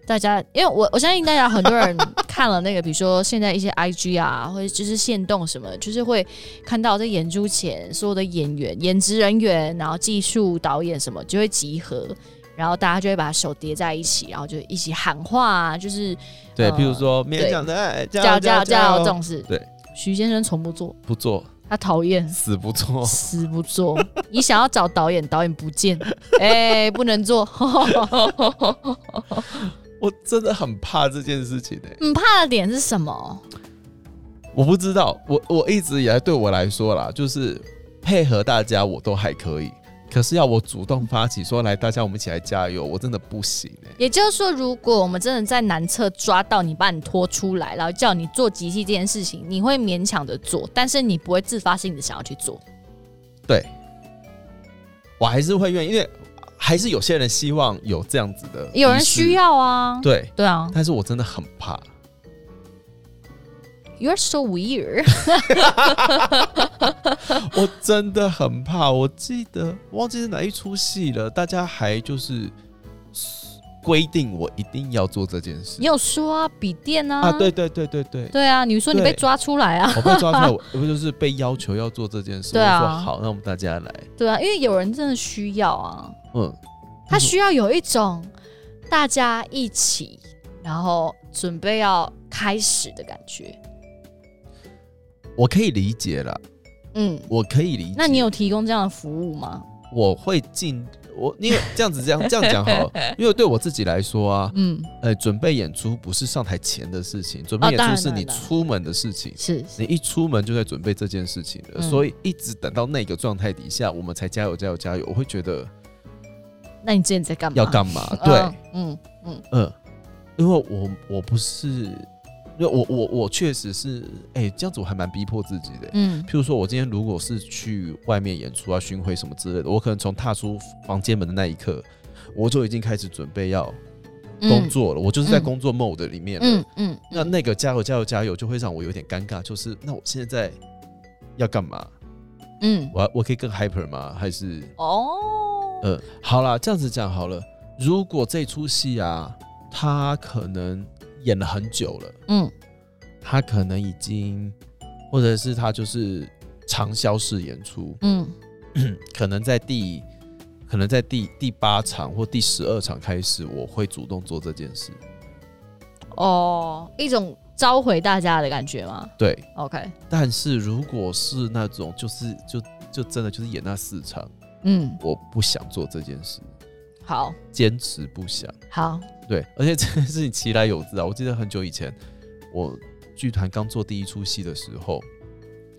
S3: 大家，因为我我相信大家很多人看了那个，比如说现在一些 IG 啊，或者就是线动什么，就是会看到在演出前所有的演员、演职人员，然后技术导演什么就会集合。然后大家就会把手叠在一起，然后就一起喊话、啊，就是
S2: 对，
S3: 嗯
S2: 譬如说勉
S3: 对
S2: 强的哎爱，
S3: 叫叫叫
S2: 油
S3: 这种事。
S2: 对，
S3: 徐先生从不做，
S2: 不做，
S3: 他讨厌，
S2: 死不做
S3: 死不做。你想要找导演，导演不见， 哎、不能做。
S2: 我真的很怕这件事情诶、欸
S3: 你嗯怕的点是什么？
S2: 我不知道，我我一直以来对我来说啦，就是配合大家我都还可以，可是要我主动发起说来大家我们一起来加油，我真的不行哎、
S3: 也就是说，如果我们真的在南侧抓到你，把你拖出来，然后叫你做集气这件事情，你会勉强的做，但是你不会自发性的想要去做。
S2: 对，我还是会愿意，因为还是有些人希望有这样子的，
S3: 有人需，要啊，
S2: 对，
S3: 对啊，
S2: 但是我真的很怕，
S3: You're so weird。
S2: 我真的很怕。我记得忘记是哪一出戏了，大家还就是规定我一定要做这件事
S3: 你有说啊，笔电啊，
S2: 啊！对对对对对，
S3: 对啊，你说你
S2: 对
S3: 被抓出来啊，
S2: 我被抓出来，我我就是被要求要做这件事。
S3: 对啊
S2: 我说好，那我们大家来，
S3: 对啊，因为有人真的需要啊，
S2: 嗯，
S3: 他需要有一种大家一起，然后准备要开始的感觉。
S2: 我可以理解啦，
S3: 嗯，
S2: 我可以理解。
S3: 那你有提供这样的服务吗？
S2: 我会尽我，因为这样子这样这样讲好 了，因为对我自己来说啊，
S3: 嗯，
S2: 呃，准备演出不是上台前的事情，准备
S3: 哦当
S2: 演
S3: 然
S2: 出是你
S3: 当然
S2: 出门的事情。
S3: 是是
S2: 你一出门就在准备这件事情了，
S3: 嗯
S2: 所以一直等到那个状态底下，我们才加油加油加油。我会觉得
S3: 那你之前在干嘛？
S2: 要干嘛？
S3: 嗯
S2: 对，，
S3: 嗯
S2: 嗯、因为我我不是，因为我我我确实是，哎、这样子我还蛮逼迫自己的。
S3: 嗯
S2: 譬如说，我今天如果是去外面演出啊、巡回什么之类的，我可能从踏出房间门的那一刻，我就已经开始准备要
S3: 嗯
S2: 工，作了。我就是在
S3: 嗯
S2: 工作 mode 里面了。
S3: 嗯嗯，
S2: 那那个加油加油加油就会让我有点尴尬，就是那我现在要干嘛？
S3: 嗯
S2: 我我可以更 hyper 吗？还是
S3: 哦，
S2: 呃，好啦，这样子讲好了。如果这出戏啊，他可能演了很久了，
S3: 嗯
S2: 他可能已经，或者是他就是长销式演出，
S3: 嗯
S2: 可能在第，可能在第第八场或第十二场开始，我会主动做这件事。
S3: 哦，一种召回大家的感觉吗
S2: 对，
S3: ？OK，
S2: 但是如果是那种就是就就真的就是演那四场，
S3: 嗯，
S2: 我不想做这件事，
S3: 好
S2: 坚持不想。
S3: 好，
S2: 对，而且这件事情其来有自啊！我记得很久以前，我剧团刚做第一出戏的时候，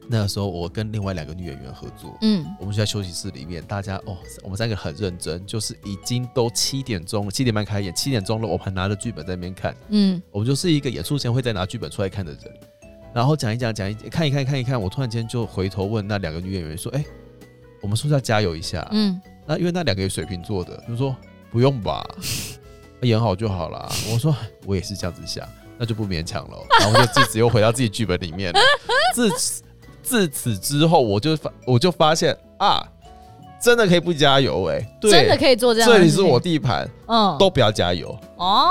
S2: 那个时候我跟另外两个女演员合作，
S3: 嗯
S2: 我们就在休息室里面，大家哦，我们三个很认真，就是已经都七点钟了，七点半开演，七点钟了，我们还拿着剧本在那边看，
S3: 嗯
S2: 我们就是一个演出前会再拿剧本出来看的人，然后讲一讲，讲一看一看看一看，我突然间就回头问那两个女演员说：“哎、我们是不是要加油一下？”啊
S3: 嗯
S2: 那因为那两个有水瓶座的，就说不用吧，啊演好就好啦。我说我也是这样子想，那就不勉强了。然后就自此又回到自己剧本里面了。自此自此之后，我就发我就发现啊，真的可以不加油哎、对，
S3: 真的可以做这样的
S2: 这
S3: 事
S2: 里
S3: 情。
S2: 是我地盘，
S3: 嗯
S2: 都不要加油。
S3: 哦，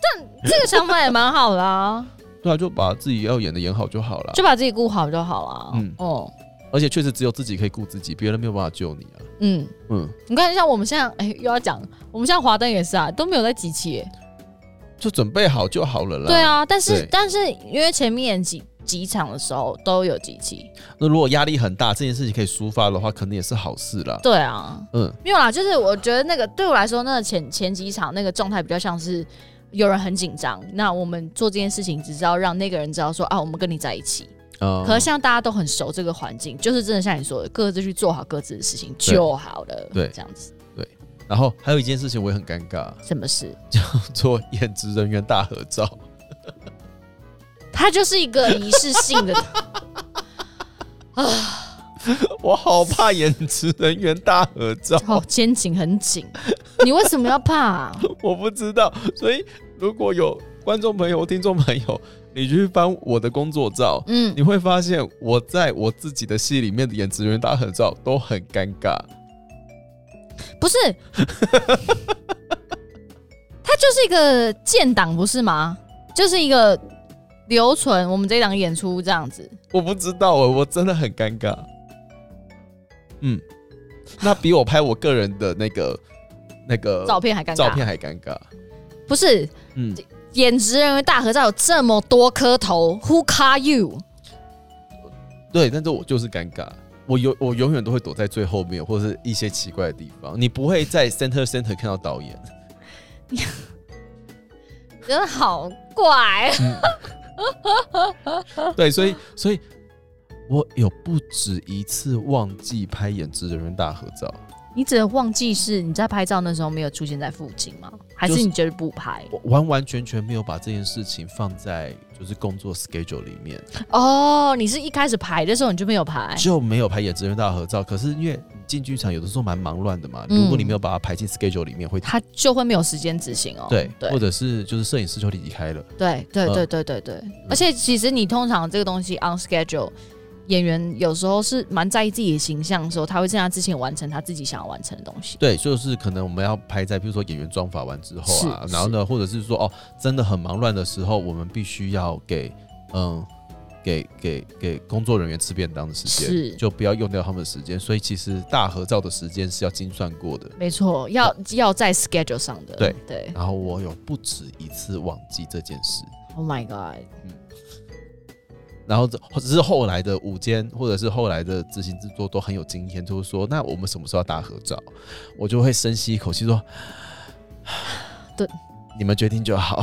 S3: 但这个想法也蛮好的啊，
S2: 对啊，就把自己要演的演好就好了。
S3: 就把自己顾好就好了。嗯
S2: 嗯
S3: 哦
S2: 而且确实只有自己可以顾自己，别人没有办法救你啊。
S3: 嗯，
S2: 嗯，
S3: 你看像我们现在， 哎、又要讲，我们现在华灯也是啊，都没有在集齐耶。
S2: 就准备好就好了啦。
S3: 对，啊，但是
S2: 对
S3: 但是因为前面几几场的时候都有集齐。
S2: 那如果压力很大，这件事情可以抒发的话，肯定也是好事啦。
S3: 对啊，
S2: 嗯，
S3: 没有啦，就是我觉得那个对我来说，那个前前几场那个状态比较像是有人很紧张，那我们做这件事情只是要让那个人知道说啊，我们跟你在一起。
S2: 啊
S3: 可是像大家都很熟这个环境，就是真的像你说的，各自去做好各自的事情就好了。
S2: 对
S3: 这样子
S2: 然后还有一件事情我也很尴尬，
S3: 什么事？
S2: 做演职人员大合照。
S3: 它就是一个仪式性 的，
S2: 我好怕演职人员大合照，
S3: 哦，肩颈很紧。你为什么要怕、啊？
S2: 我不知道。所以如果有观众朋友、听众朋友， 你去翻我的工作照，
S3: 嗯，
S2: 你会发现我在我自己的戏里面的演职人员大合照都很尴尬。
S3: 不是，它就是一个建档，不是吗？就是一个留存我们这一档演出这样子。
S2: 我不知道哎，我真的很尴尬。嗯，那比我拍我个人的那个那个
S3: 照片还尴尬，
S2: 呃照片还尴尬。
S3: 不是
S2: 嗯，
S3: 演职人员大合照有这么多颗头，Who car you？
S2: 对，但是我就是尴尬，我永我永远都会躲在最后面，或者是一些奇怪的地方。你不会在 center center 看到导演，
S3: 真的好怪。
S2: 对，所以所以，我有不止一次忘记拍演职人员大合照。
S3: 你只能忘记是你在拍照那时候没有出现在附近吗？还是
S2: 就是
S3: 你觉得不拍？
S2: 我完完全全没有把这件事情放在就是工作 schedule 里面，
S3: 哦，你是一开始排的时候你就没有排
S2: 就没有拍演职人员大合照。可是因为你进剧场有的时候蛮忙乱的嘛，
S3: 嗯
S2: 如果你没有把它排进 schedule 里面，会
S3: 他就会没有时间执行哦。
S2: 对，
S3: 对
S2: 或者是就是摄影师就离开了，
S3: 对对
S2: 嗯
S3: 对对对对，而且其实你通常这个东西 on schedule，演员有时候是蛮在意自己的形象的时候，他会在他之前完成他自己想要完成的东西。
S2: 对，就是可能我们要拍在，比如说演员妆法完之后啊，
S3: 是
S2: 然后呢，或者是说哦，真的很忙乱的时候，我们必须要给嗯，给给给工作人员吃便当的时
S3: 是
S2: 间，就不要用掉他们的时间。所以其实大合照的时间是要精算过的。
S3: 没错，要要在 schedule 上的。
S2: 对
S3: 对
S2: 然后我有不止一次忘记这件事，
S3: ，Oh my god！
S2: 然后这或者是后来的午间，或者是后来的执行制作都很有经验，就是说那我们什么时候要大合照，我就会深吸一口气说，
S3: 对，
S2: 你们决定就好。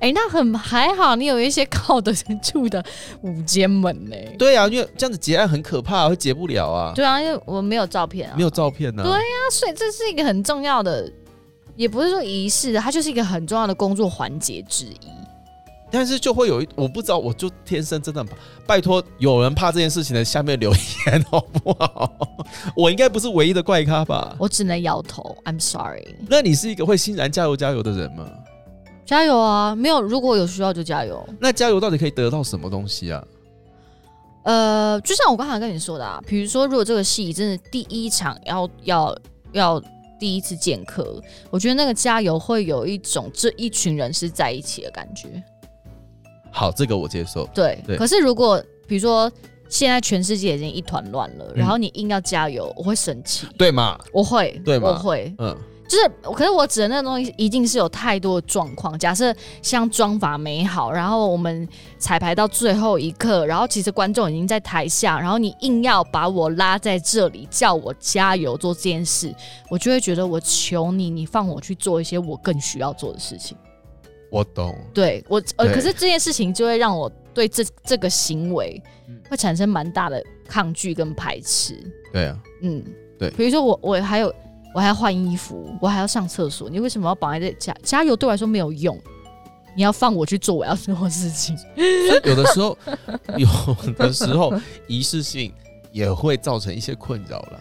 S3: 哎、那很还好，你有一些 靠得住的午间门呢、
S2: 对啊，因为这样子结案很可怕，会结不了啊，
S3: 对啊，因为我没有照片啊，
S2: 没有照片呢、啊。
S3: 对啊，所以这是一个很重要的，也不是说仪式，它就是一个很重要的工作环节之一。
S2: 但是就会有一，我不知道，我就天生真的很怕。拜托，有人怕这件事情的下面留言好不好？ 我应该不是唯一的怪咖吧？
S3: 我只能摇头，I'm sorry。
S2: 那你是一个会欣然加油加油的人吗？
S3: 加油啊！没有，如果有需要就加油。
S2: 那加油到底可以得到什么东西啊？
S3: 呃，就像我刚才跟你说的啊，比如说，如果这个戏真的第一场要要要第一次见客，我觉得那个加油会有一种这一群人是在一起的感觉。
S2: 好，这个我接受。
S3: 对，
S2: 对
S3: 可是如果比如说现在全世界已经一团乱了，
S2: 嗯
S3: 然后你硬要加油，我会生气，
S2: 对嘛？
S3: 我会，
S2: 对嘛
S3: 我会，
S2: 嗯，
S3: 就是，可是我指的那个东西一定是有太多的状况。假设像妆法美好，然后我们彩排到最后一刻，然后其实观众已经在台下，然后你硬要把我拉在这里，叫我加油做这件事，我就会觉得我求你，你放我去做一些我更需要做的事情。
S2: 我懂。
S3: 对我，呃，
S2: 对
S3: 可是这件事情就会让我对这这个行为
S2: 嗯
S3: 会产生蛮大的抗拒跟排斥。
S2: 对啊，
S3: 嗯，
S2: 对
S3: 比如说我我还有我还要换衣服，我还要上厕所，你为什么要绑在这加加油对我来说没有用，你要放我去做我要做的事情。
S2: 所以有的时 候，有的时候仪式性也会造成一些困扰了。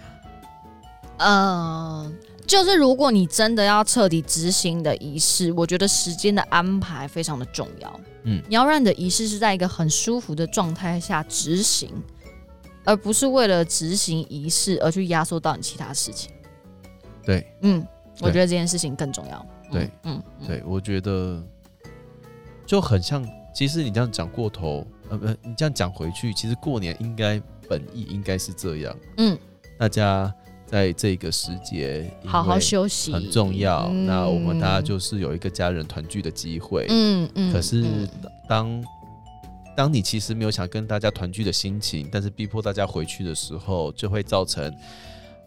S3: 嗯，就是如果你真的要彻底执行的仪式，我觉得时间的安排非常的重要。
S2: 嗯
S3: 嗯，你要让你的仪式是在一个很舒服的状态下执行，而不是为了执行仪式而去压缩到你其他事情。
S2: 对，
S3: 嗯，我
S2: 对
S3: 觉得这件事情更重要。嗯
S2: 对，
S3: 嗯，嗯
S2: 对，我觉得就很像。其实你这样讲过头，呃呃，你这样讲回去，其实过年应该本意应该是这样。
S3: 嗯，
S2: 大家在这个时节，
S3: 好好休息
S2: 嗯很重要。
S3: 嗯
S2: 那我们大家就是有一个家人团聚的机会。
S3: 嗯嗯
S2: 可是
S3: 嗯
S2: 当当你其实没有想跟大家团聚的心情，但是逼迫大家回去的时候，就会造成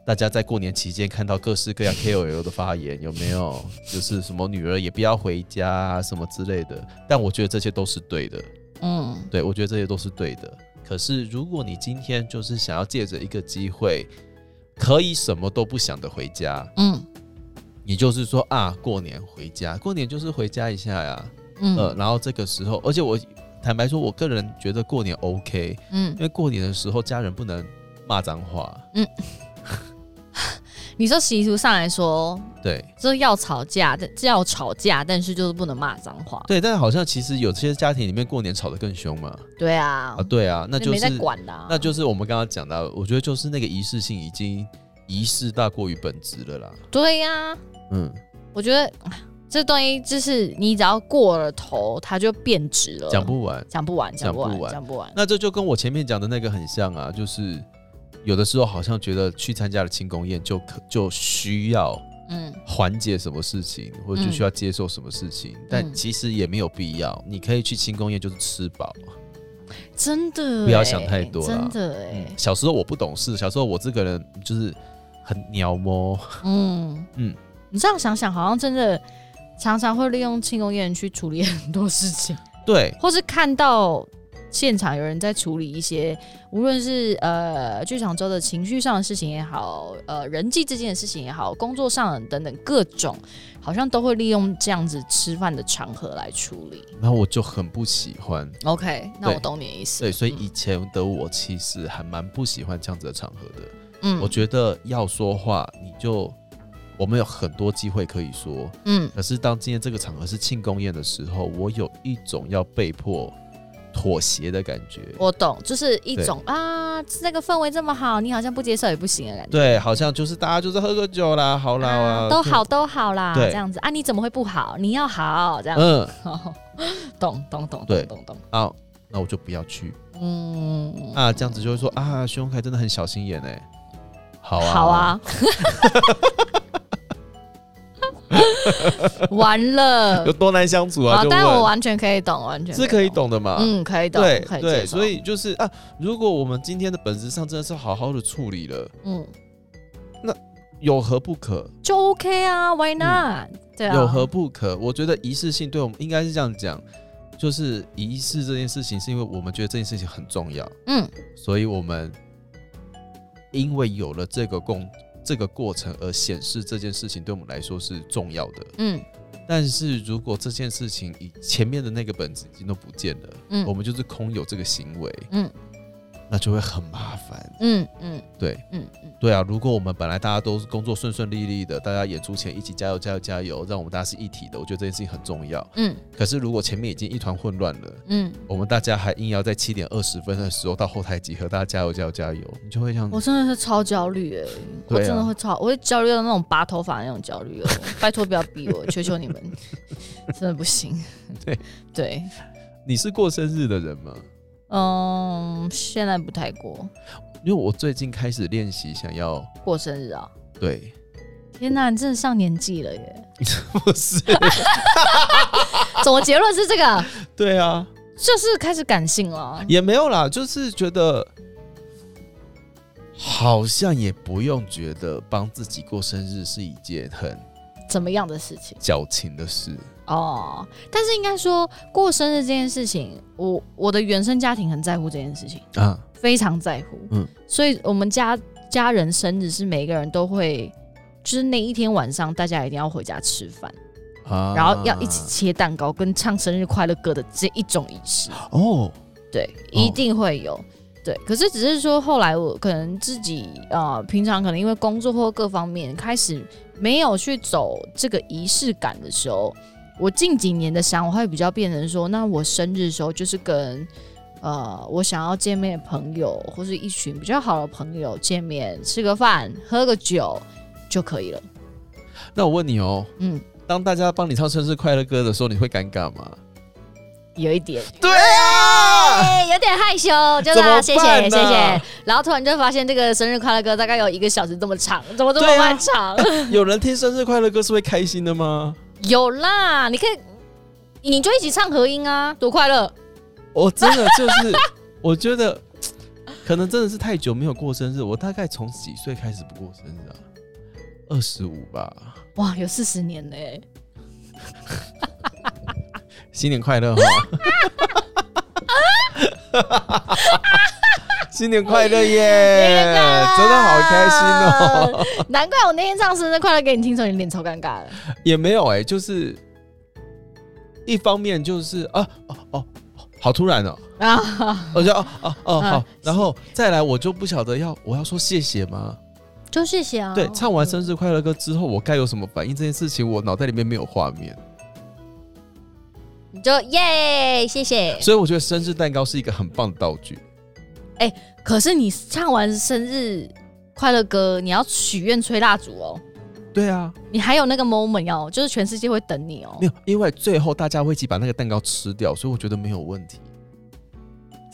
S2: 大家在过年期间看到各式各样 KOL 的发言，有没有？就是什么女儿也不要回家啊，什么之类的。但我觉得这些都是对的，
S3: 嗯
S2: 对我觉得这些都是对的。可是如果你今天就是想要借着一个机会，可以什么都不想的回家，
S3: 嗯
S2: 你就是说啊，过年回家，过年就是回家一下呀。
S3: 嗯
S2: 呃，然后这个时候，而且我坦白说，我个人觉得过年 OK，
S3: 嗯
S2: 因，为过年的时候家人不能骂脏话，
S3: 你说习俗上来说，
S2: 对
S3: 这要吵架，但这要吵架，但是就是不能骂脏话。
S2: 对，但是好像其实有些家庭里面过年吵得更凶嘛，
S3: 对啊
S2: 啊，，对啊，那
S3: 就
S2: 就
S3: 没在
S2: 是
S3: 管啦、
S2: 那就是我们刚刚讲的啊，我觉得就是那个仪式性已经仪式大过于本质了啦，
S3: 对呀、
S2: 嗯，
S3: 我觉得唉这东西就是你只要过了头，它就变质了。
S2: 讲不完。
S3: 讲不完，讲
S2: 讲不
S3: 不
S2: 完
S3: 完，讲不完。
S2: 那这就跟我前面讲的那个很像啊，就是有的时候好像觉得去参加了庆功宴就可就需要
S3: 嗯
S2: 缓解什么事情，或者就需要接受什么事情，
S3: 嗯
S2: 但其实也没有必要。你可以去庆功宴，就是吃饱。
S3: 真的欸、
S2: 不要想太多啦
S3: 真的哎、
S2: 嗯，小时候我不懂事，小时候我这个人就是很鸟摸，
S3: 嗯
S2: 嗯
S3: 嗯，你这样想想，好像真的常常会利用庆功宴去处理很多事情。
S2: 对
S3: 或是看到现场有人在处理一些，无论是呃剧场周的情绪上的事情也好，呃人际之间的事情也好，工作上的等等各种，好像都会利用这样子吃饭的场合来处理。
S2: 然后我就很不喜欢。
S3: OK，那
S2: 对
S3: 我懂你的意思。
S2: 对，所以
S3: 嗯
S2: 以前的我其实还蛮不喜欢这样子的场合的，
S3: 嗯
S2: 我觉得要说话，你就我们有很多机会可以说，
S3: 嗯
S2: 可是当今天这个场合是庆功宴的时候，我有一种要被迫妥协的感觉。
S3: 我懂，就是一种啊，这个氛围这么好，你好像不接受也不行的感觉。
S2: 对，好像就是大家就是喝个酒啦，好啦，
S3: 啊，都好都好啦，
S2: 对
S3: 这样子啊，你怎么会不好？你要好这样。
S2: 嗯，
S3: 懂懂懂
S2: 对
S3: 懂懂懂。
S2: 好，那我就不要去
S3: 嗯，
S2: 啊，这样子就会说啊，徐荣凯真的很小心眼哎、好啊，
S3: 好，啊。啊 完了
S2: 有，多难相处啊？
S3: 好，
S2: 就
S3: 但我
S2: 问，
S3: 完全可以懂，完全
S2: 这可以，懂的嘛？
S3: 嗯，可以懂，
S2: 对
S3: 可以接
S2: 对，
S3: 受
S2: 所以就是啊，如果我们今天的本质上真的是好好的处理了，
S3: 嗯，
S2: 有何不可？
S3: 就 OK 啊，Why not？对啊，
S2: 嗯有何不可？我觉得仪式性对我们应该是这样讲，就是仪式这件事情，是因为我们觉得这件事情很重要，
S3: 嗯
S2: 所以我们因为有了这个共这个过程而显示这件事情对我们来说是重要的。
S3: 嗯
S2: 但是如果这件事情以前面的那个本质已经都不见了，
S3: 嗯
S2: 我们就是空有这个行为，
S3: 嗯
S2: 那就会很麻烦。
S3: 嗯嗯
S2: 对，
S3: 嗯嗯，
S2: 对啊，如果我们本来大家都是工作顺顺利利的，大家演出前一起加油加油加油，让我们大家是一体的，我觉得这件事情很重要。
S3: 嗯
S2: 可是如果前面已经一团混乱了，
S3: 嗯，
S2: 我们大家还硬要在七点二十分的时候到后台集合，大家加油加油加油，你就会像
S3: 我真的是超焦虑哎、我
S2: 嗯对啊
S3: 真的会超，我会焦虑到那种拔头发的那种焦 虑哦，拜托不要逼我，求求你们，真的不行。
S2: 对
S3: 对，
S2: 你是过生日的人吗？
S3: 嗯，现在不太过
S2: 因为我最近开始练习想要
S3: 过生日啊。
S2: 对，
S3: 天哪，你真的上年纪了 耶！
S2: 不是
S3: 总结论是这个，
S2: 对啊，
S3: 就是开始感性了。
S2: 也没有啦，就是觉得好像也不用觉得帮自己过生日是一件很
S3: 怎么样的事情？
S2: 矫情的事。
S3: 哦，但是应该说过生日这件事情，我我的原生家庭很在乎这件事情，
S2: 啊，
S3: 非常在乎。嗯
S2: 嗯，
S3: 所以我们家家人生日是每个人都会，就是那一天晚上大家一定要回家吃饭，
S2: 啊
S3: 然后要一起切蛋糕跟唱生日快乐歌的这一种仪式，
S2: 哦，
S3: 对，一定会有。对，可是只是说后来我可能自己呃，平常可能因为工作或各方面开始没有去走这个仪式感的时候，我近几年的想法会比较变成说，那我生日的时候就是跟呃我想要见面的朋友或是一群比较好的朋友见面，吃个饭，喝个酒就可以了。
S2: 那我问你哦，
S3: 嗯，
S2: 当大家帮你唱生日快乐歌的时候，你会尴尬吗？
S3: 有一点，
S2: 对啊，
S3: 哎、有点 害羞，就
S2: 怎么
S3: 是谢谢谢
S2: 办呢
S3: 谢。然后突然就发现这个生日快乐歌大概有一个小时这么长，怎么这么
S2: 对啊
S3: 漫长？
S2: 有人听生日快乐歌是会开心的吗？
S3: 有啦，你可以，你就一起唱合音啊，多快乐！
S2: 我哦真的 就是，我觉得可能真的是太久没有过生日。我大概从几岁开始不过生日啊？二十五吧。
S3: 哇，有四十年嘞、
S2: 新年快 乐哈！哦新年快乐耶！
S3: 哎
S2: 真的好开心哦。
S3: 哦！难怪我那天唱生日快乐给你听的时候，你脸超尴 尬的。
S2: 也没有哎、就是一方面就是啊哦哦，好突然哦，
S3: 啊，
S2: 我就哦哦哦
S3: 啊
S2: 好，然后再来我就不晓得要我要说谢谢吗？
S3: 就谢谢啊。
S2: 对，唱完生日快乐歌之后，我该有什么反应？这件事情我脑袋里面没有画面，
S3: 你就耶，谢谢。
S2: 所以我觉得生日蛋糕是一个很棒的道具。
S3: 可是你唱完生日快乐歌，你要许愿吹蜡烛哦，
S2: 对啊，
S3: 你还有那个 moment 哦，就是全世界会等你哦
S2: 没。有，因为最后大家会一起把那个蛋糕吃掉，所以我觉得没有问题。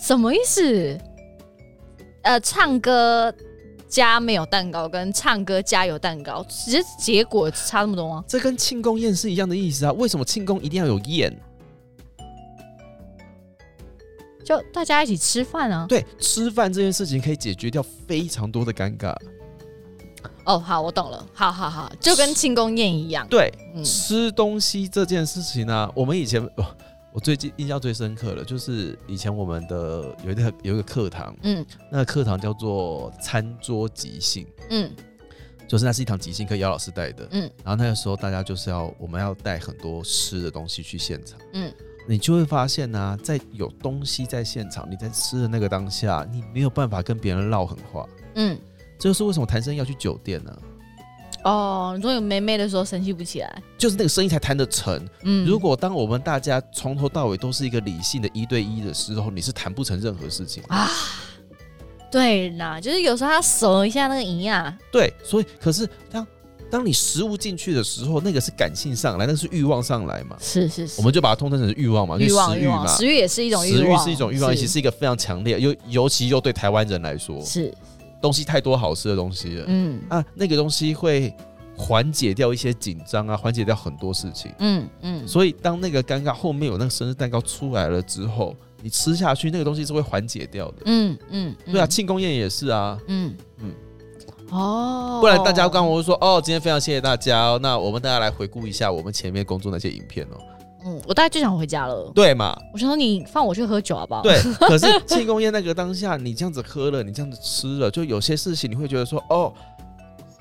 S3: 什么意思？呃，唱歌加没有蛋糕，跟唱歌加有蛋糕，只是结果差那么多吗？
S2: 这跟庆功宴是一样的意思啊！为什么庆功一定要有宴？
S3: 就大家一起吃饭啊。
S2: 对，吃饭这件事情可以解决掉非常多的尴尬。
S3: 哦，好，我懂了。好好好，就跟庆功宴一样。
S2: 对，
S3: 嗯
S2: 吃东西这件事情呢、我们以前哦我最近印象最深刻的就是以前我们的有一个有一个课堂，
S3: 嗯
S2: 那个课堂叫做餐桌即兴，
S3: 嗯
S2: 就是那是一堂即兴课，姚老师带的。
S3: 嗯
S2: 然后那个时候大家就是要我们要带很多吃的东西去现场，
S3: 嗯
S2: 你就会发现呢、在有东西在现场，你在吃的那个当下，你没有办法跟别人唠狠话。
S3: 嗯
S2: 这就是为什么谈生意要去酒店呢、
S3: 哦，你说有妹妹的时候生气不起来，
S2: 就是那个生意才谈得成。
S3: 嗯，
S2: 如果当我们大家从头到尾都是一个理性的一对一的时候，你是谈不成任何事情。
S3: 啊，对啦，就是有时候他手一下那个银啊，
S2: 对，所以可是当当你食物进去的时候，那个是感性上来，那个是欲望上来嘛，
S3: 是是
S2: 我
S3: 是，
S2: 们就把它通称成是欲望嘛，因为
S3: 欲望
S2: 食
S3: 欲
S2: 欲
S3: 望，
S2: 嘛，
S3: 食欲也是一种欲
S2: 食
S3: 望，
S2: 是一种欲望，其实是一个非常强烈，尤尤其又对台湾人来说，
S3: 是，
S2: 东西太多好吃的东西了、
S3: 嗯
S2: 啊，那个东西会缓解掉一些紧张啊，缓解掉很多事情。
S3: 嗯嗯，
S2: 所以当那个尴尬后面有那个生日蛋糕出来了之后，你吃下去那个东西是会缓解掉的。
S3: 嗯嗯，嗯
S2: 对啊，，庆功宴也是啊，
S3: 嗯嗯
S2: 嗯，
S3: 哦，
S2: 不然大家刚我就说哦，今天非常谢谢大家、哦，那我们大家来回顾一下我们前面工作那些影片哦，
S3: 嗯，我大概就想回家了。
S2: 对嘛？
S3: 我想说你放我去喝酒好不好？，
S2: 对，可是庆功宴那个当下，你这样子喝了，你这样子吃了，就有些事情你会觉得说哦，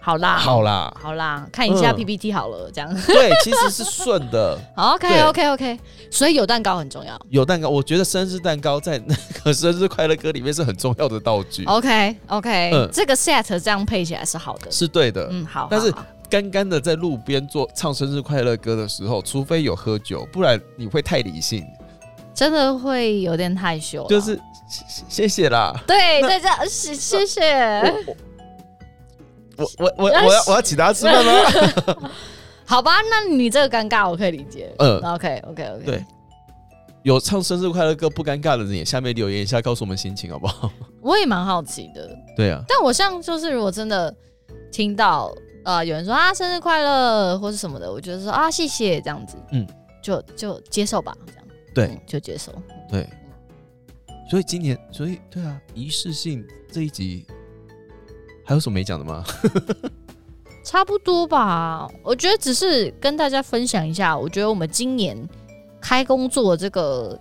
S3: 好啦，
S2: 好啦，
S3: 好啦，看一下
S2: 嗯
S3: PPT 好了，这样。
S2: 对，其实是顺的。
S3: 好，OK
S2: 对
S3: OK OK，所以有蛋糕很重要。
S2: 有蛋糕，我觉得生日蛋糕在那个生日快乐歌里面是很重要的道具，
S3: OK OK，、
S2: 嗯
S3: 这个 set 这样配起来是好的。
S2: 是对的。
S3: 嗯，好。
S2: 但是
S3: 好好
S2: 干干的在路边做唱生日快乐歌的时候，除非有喝酒，不然你会太理性，
S3: 真的会有点害羞啦，
S2: 就是谢谢谢谢啦。
S3: 对
S2: 那
S3: 大家谢谢谢，
S2: 我我我我我要我要请大家吃饭吗？
S3: 好吧？那你这个尴尬我可以理解。
S2: 嗯，
S3: OK OK OK，
S2: 对， 有唱生日快乐歌不尴尬的人也下面留言一下，告诉我们心情好不好？
S3: 我也蛮好奇的，
S2: 对啊，
S3: 但我像就是如果真的听到呃有人说啊生日快乐或是什么的，我觉得说啊谢谢这样子，嗯
S2: 嗯，
S3: 就就接受吧，这样
S2: 对
S3: 嗯就接受。
S2: 对，所以今年，所以对啊，仪式性这一集还有什么没讲的吗？
S3: 差不多吧，我觉得只是跟大家分享一下，我觉得我们今年开工做这个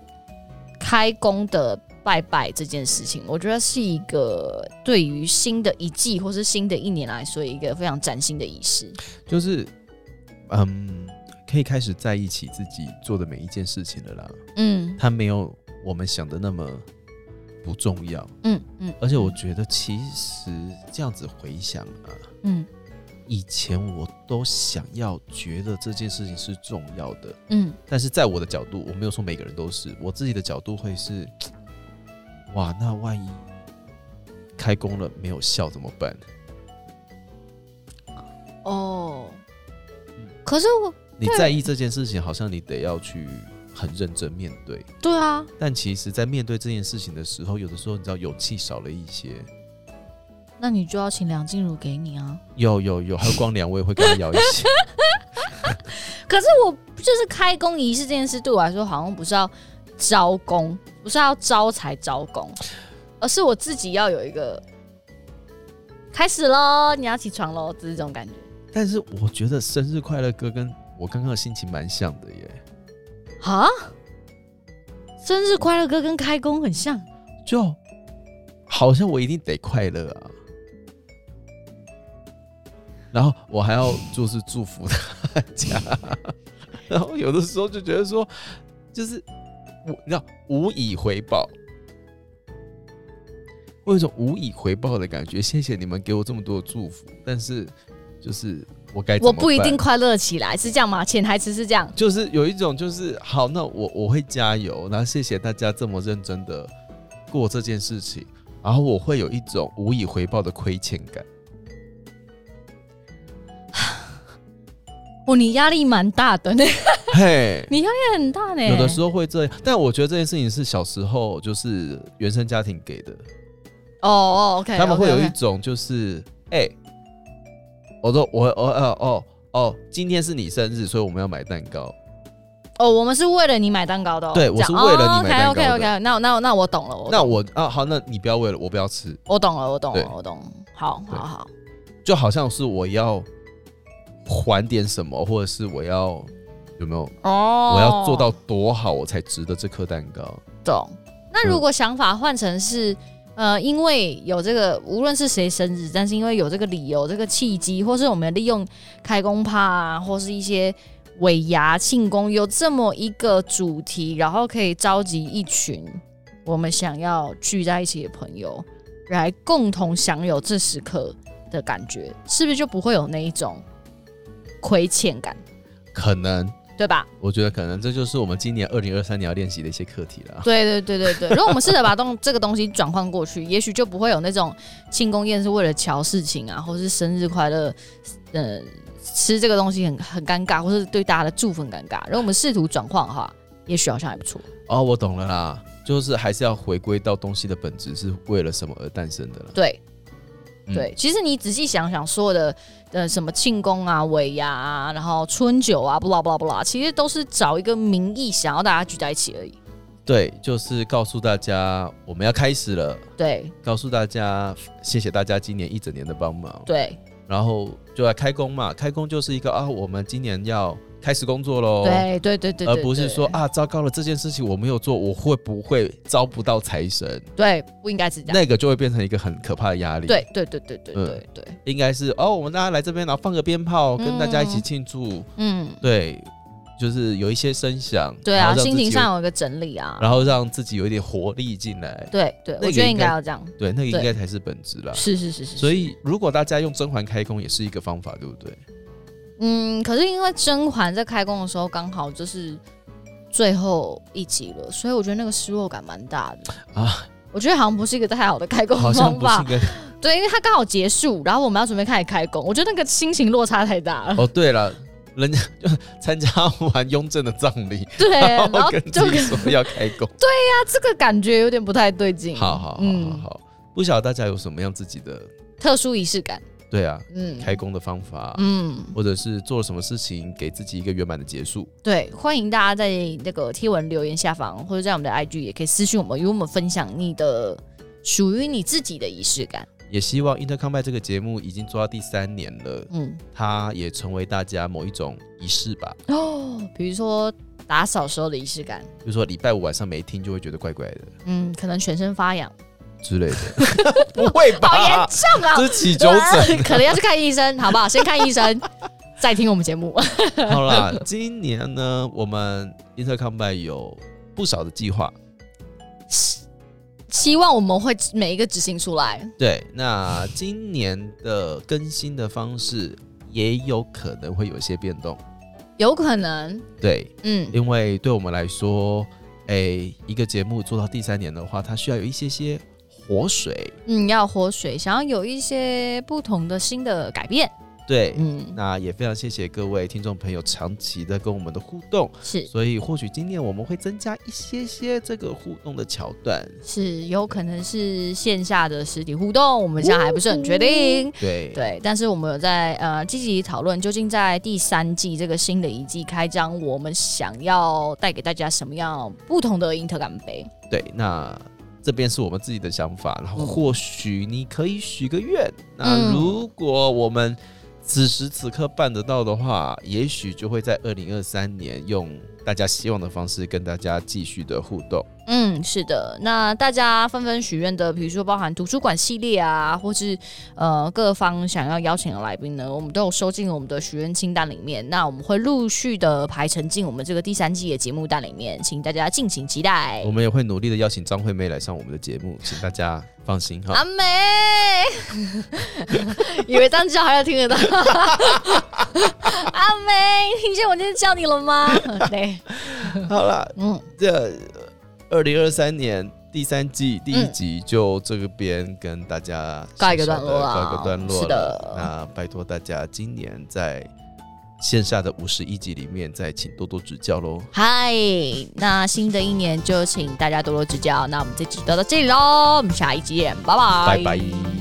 S3: 开工的拜拜这件事情，我觉得是一个对于新的一季或是新的一年来说一个非常崭新的仪式。
S2: 就是，嗯，可以开始在一起自己做的每一件事情了啦。
S3: 嗯
S2: 它没有我们想的那么不重要，
S3: 嗯嗯，
S2: 而且我觉得其实这样子回想啊，
S3: 嗯
S2: 以前我都想要觉得这件事情是重要的，
S3: 嗯
S2: 但是在我的角度，我没有说每个人都是，我自己的角度会是，哇，那万一开工了没有效怎么办？
S3: 哦，
S2: 嗯
S3: 可是我
S2: 你在意这件事情，好像你得要去很认真面对。
S3: 对啊，
S2: 但其实，在面对这件事情的时候，有的时候你知道勇气少了一些。
S3: 那你就要请梁静茹给你啊。
S2: 有有有，还有光良，我也会跟他要一些。
S3: 可是我就是开工仪式这件事，对我来说好像不是要招工，不是要招财招工，而是我自己要有一个开始喽，你要起床喽，就是这种感觉。
S2: 但是我觉得生日快乐歌跟我刚刚的心情蛮像的耶，
S3: 啊，生日快乐歌跟开工很像，
S2: 哎就好像我一定得快乐啊。然后我还要就是祝福大家， 然后有的时候就觉得说，就是我你知道无以回报，我有一种无以回报的感觉。谢谢你们给我这么多的祝福，但是就是我该怎
S3: 我
S2: 么
S3: 不一
S2: 办
S3: 定快乐起来，是这样吗？潜台词是这样。
S2: 就是有一种就是好，那我我会加油，然后谢谢大家这么认真的过这件事情，然后我会有一种无以回报的亏欠 感。
S3: 哦，你压力蛮大的呢，
S2: 嘿，
S3: 你压力很大呢。
S2: 有的时候会这样，但我觉得这件事情是小时候就是原生家庭给的，
S3: 哦哦，OK，
S2: 他们会有
S3: OK，OK
S2: 一种就是哎、我说我我哦哦哦，今天是你生日，所以我们要买蛋糕。
S3: 哦，我们是为了你买蛋糕的哦。
S2: 对我是为了你买蛋糕的
S3: OK OK OK，那那那我懂了，我懂了
S2: 那我啊好，那你不要为了我不要吃，
S3: 我懂了，我懂
S2: 对
S3: 了，我懂了。好，
S2: 对
S3: 好，好，
S2: 就好像是我要还点什么，或者是我要有没有
S3: 哦
S2: 我要做到多好，我才值得这颗蛋糕。
S3: 懂。那如果想法换成是，呃，因为有这个，无论是谁生日，但是因为有这个理由、这个契机，或是我们利用开工趴啊，或是一些尾牙庆功，有这么一个主题，然后可以召集一群我们想要聚在一起的朋友，来共同享有这时刻的感觉，是不是就不会有那一种亏欠感，
S2: 可能
S3: 对吧？
S2: 我觉得可能这就是我们今年二零二三年要练习的一些课题了。
S3: 对对对对 对，如果我们试着把东这个东西转换过去，也许就不会有那种庆功宴是为了瞧事情啊，或是生日快乐，呃，吃这个东西很很尴尬，或是对大家的祝福很尴尬。如果我们试图转换的话，也许好像还不错。
S2: 哦，我懂了啦，就是还是要回归到东西的本质是为了什么而诞生的啦。
S3: 对。
S2: 嗯
S3: 对，其实你仔细想想，所有的呃什么庆功啊、尾牙啊，然后春酒啊，不啦不啦不啦，其实都是找一个名义想要大家聚在一起而已。
S2: 对，就是告诉大家我们要开始了，
S3: 对
S2: 告诉大家谢谢大家今年一整年的帮忙。
S3: 对
S2: 然后就来开工嘛，开工就是一个啊，我们今年要开始工作喽。
S3: 对对对对，
S2: 哦而
S3: 对
S2: 不是
S3: 对
S2: 说啊，糟糕了，这件事情我没有做，我会不会招不到财神？
S3: 对不应该是这样。
S2: 那个就会变成一个很可怕的压力。
S3: 对，对对对对
S2: 嗯
S3: 对对，
S2: 应该是哦，我们大家来这边，然后放个鞭炮，
S3: 嗯
S2: 跟大家一起庆祝。
S3: 嗯，
S2: 对，就是有一些声响，
S3: 对
S2: 然
S3: 啊，
S2: 后让自己
S3: 心情
S2: 有，
S3: 上有一个整理啊，
S2: 然后让自己有一点活力进来。
S3: 对对，我
S2: 那个
S3: 觉得应
S2: 应该
S3: 该要这样，
S2: 对，那个应
S3: 对
S2: 该才是本质啦。
S3: 是是是是，
S2: 所
S3: 以
S2: 以，如果大家用甄嬛开工也是一个方法，对不 对？
S3: 嗯，可是因为甄嬛在开工的时候刚好就是最后一集了，所以我觉得那个失落感蛮大的
S2: 啊
S3: 啊。我觉得好像不是一个太好的开工
S2: 好像
S3: 方
S2: 不是
S3: 法
S2: 一，个
S3: 对，因为它刚好结束，然后我们要准备开始开工，我觉得那个心情落差太大了。
S2: 哦，对了，人家就参加完雍正的葬礼，
S3: 对，然
S2: 然后
S3: 后
S2: 跟
S3: 就
S2: 自己
S3: 跟
S2: 说要开工。
S3: 他这个感觉有点不太对劲。
S2: 好好好好
S3: 嗯，
S2: 好，不晓得大家有什么样自己的
S3: 特殊仪式感，
S2: 对啊，
S3: 嗯，
S2: 开工的方法，
S3: 嗯。
S2: 或者是做了什么事情给自己一个圆满的结束。
S3: 对，欢迎大家在那个贴文留言下方，或者在我们的 IG 也可以私信我们，与我们分享你的属于你自己的仪式感。
S2: 也希望《Intercom by》这个节目已经做到第三年了，
S3: 嗯，
S2: 它也成为大家某一种仪式吧。
S3: 哦，比如说打扫时候的仪式感，
S2: 比如说礼拜五晚上没听，就会觉得怪怪的
S3: 嗯，可能全身发痒，
S2: 之类的。不会
S3: 好严
S2: 吧？
S3: 重啊
S2: 这，是起纠正。
S3: 可能要去看医生，好不好？先看医生，再听我们节目。
S2: 好啦，今年呢，我们 Intercom by 有不少的计划。
S3: 希望我们会每一个执行出来。
S2: 对，那今年的更新的方式也有可能会有一些变动。
S3: 有可能，
S2: 对，
S3: 嗯，
S2: 因为对我们来说，诶，一个节目做到第三年的话，它需要有一些些活水。
S3: 嗯，要活水，想要有一些不同的新的改变，
S2: 对，
S3: 嗯，
S2: 那也非常谢谢各位听众朋友长期的跟我们的互动，
S3: 是
S2: 所以或许今年我们会增加一些些这个互动的桥段。
S3: 是有可能是线下的实体互动，我们现在还不是很确定。
S2: 对，
S3: 对，但是我们有在呃积极讨论，究竟在第三季这个新的一季开张，我们想要带给大家什么样不同的英特感杯？
S2: 对，那这边是我们自己的想法，然后或许你可以许个愿。那
S3: 嗯
S2: 如果我们此时此刻办得到的话，也许就会在二零二三年用大家希望的方式跟大家继续的互动。
S3: 嗯，是的。那大家纷纷许愿的，比如说包含图书馆系列啊，或是呃各方想要邀请的来宾呢，我们都有收进我们的许愿清单里面。那我们会陆续的排成进我们这个第三季的节目单里面，请大家敬请期待
S2: 我。们也会努力的邀请张惠妹来上我们的节目，请大家放心哈。
S3: 阿美， 以为这样叫还要听 得到。阿美，听见我今天叫你了 吗？对，
S2: 好了，
S3: 嗯，
S2: 这呃二零二三年。第三季第一集就这个边跟大家
S3: 嗯告一个段落
S2: 小小
S3: 啦
S2: 地告一个段落
S3: 是
S2: 了
S3: 的
S2: 那拜托大家今年在线下的五十一集里面，再请多多指教喽。
S3: 嗨，那新的一年就请大家多多指教。那我们这集就到这里喽，我们下一集见，拜拜，
S2: 拜拜